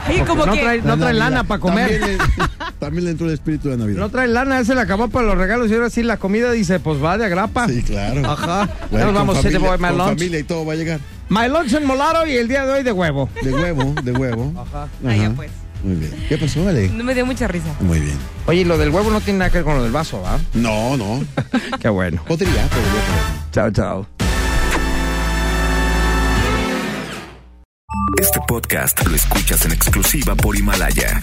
L: Oye, como
A: no
L: que
A: trae, no
B: La
A: trae
B: Navidad.
A: lana para comer.
B: También
A: [laughs]
B: le, también le entró el espíritu de Navidad.
A: No trae lana, ese le acabó para los regalos y ahora sí la comida dice, pues va de agrapa.
B: Sí, claro.
A: Ajá. Ya
B: Bueno,
A: nos
B: con
A: vamos, siete
B: familia-
A: voy, my
B: con
A: lunch.
B: familia y todo va a llegar.
A: My lunch en molaro y el día de hoy de huevo.
B: De huevo, de huevo. Ajá.
L: Ay, ya pues.
B: Muy bien. ¿Qué pasó, Ale?
L: no me dio mucha risa.
B: Muy bien.
A: Oye, y lo del huevo no tiene nada que ver con lo del vaso, ¿va?
B: No, no.
A: Qué bueno.
B: Podría, podría.
A: Chao,
B: pero-
A: chao.
K: Este podcast lo escuchas en exclusiva por Himalaya.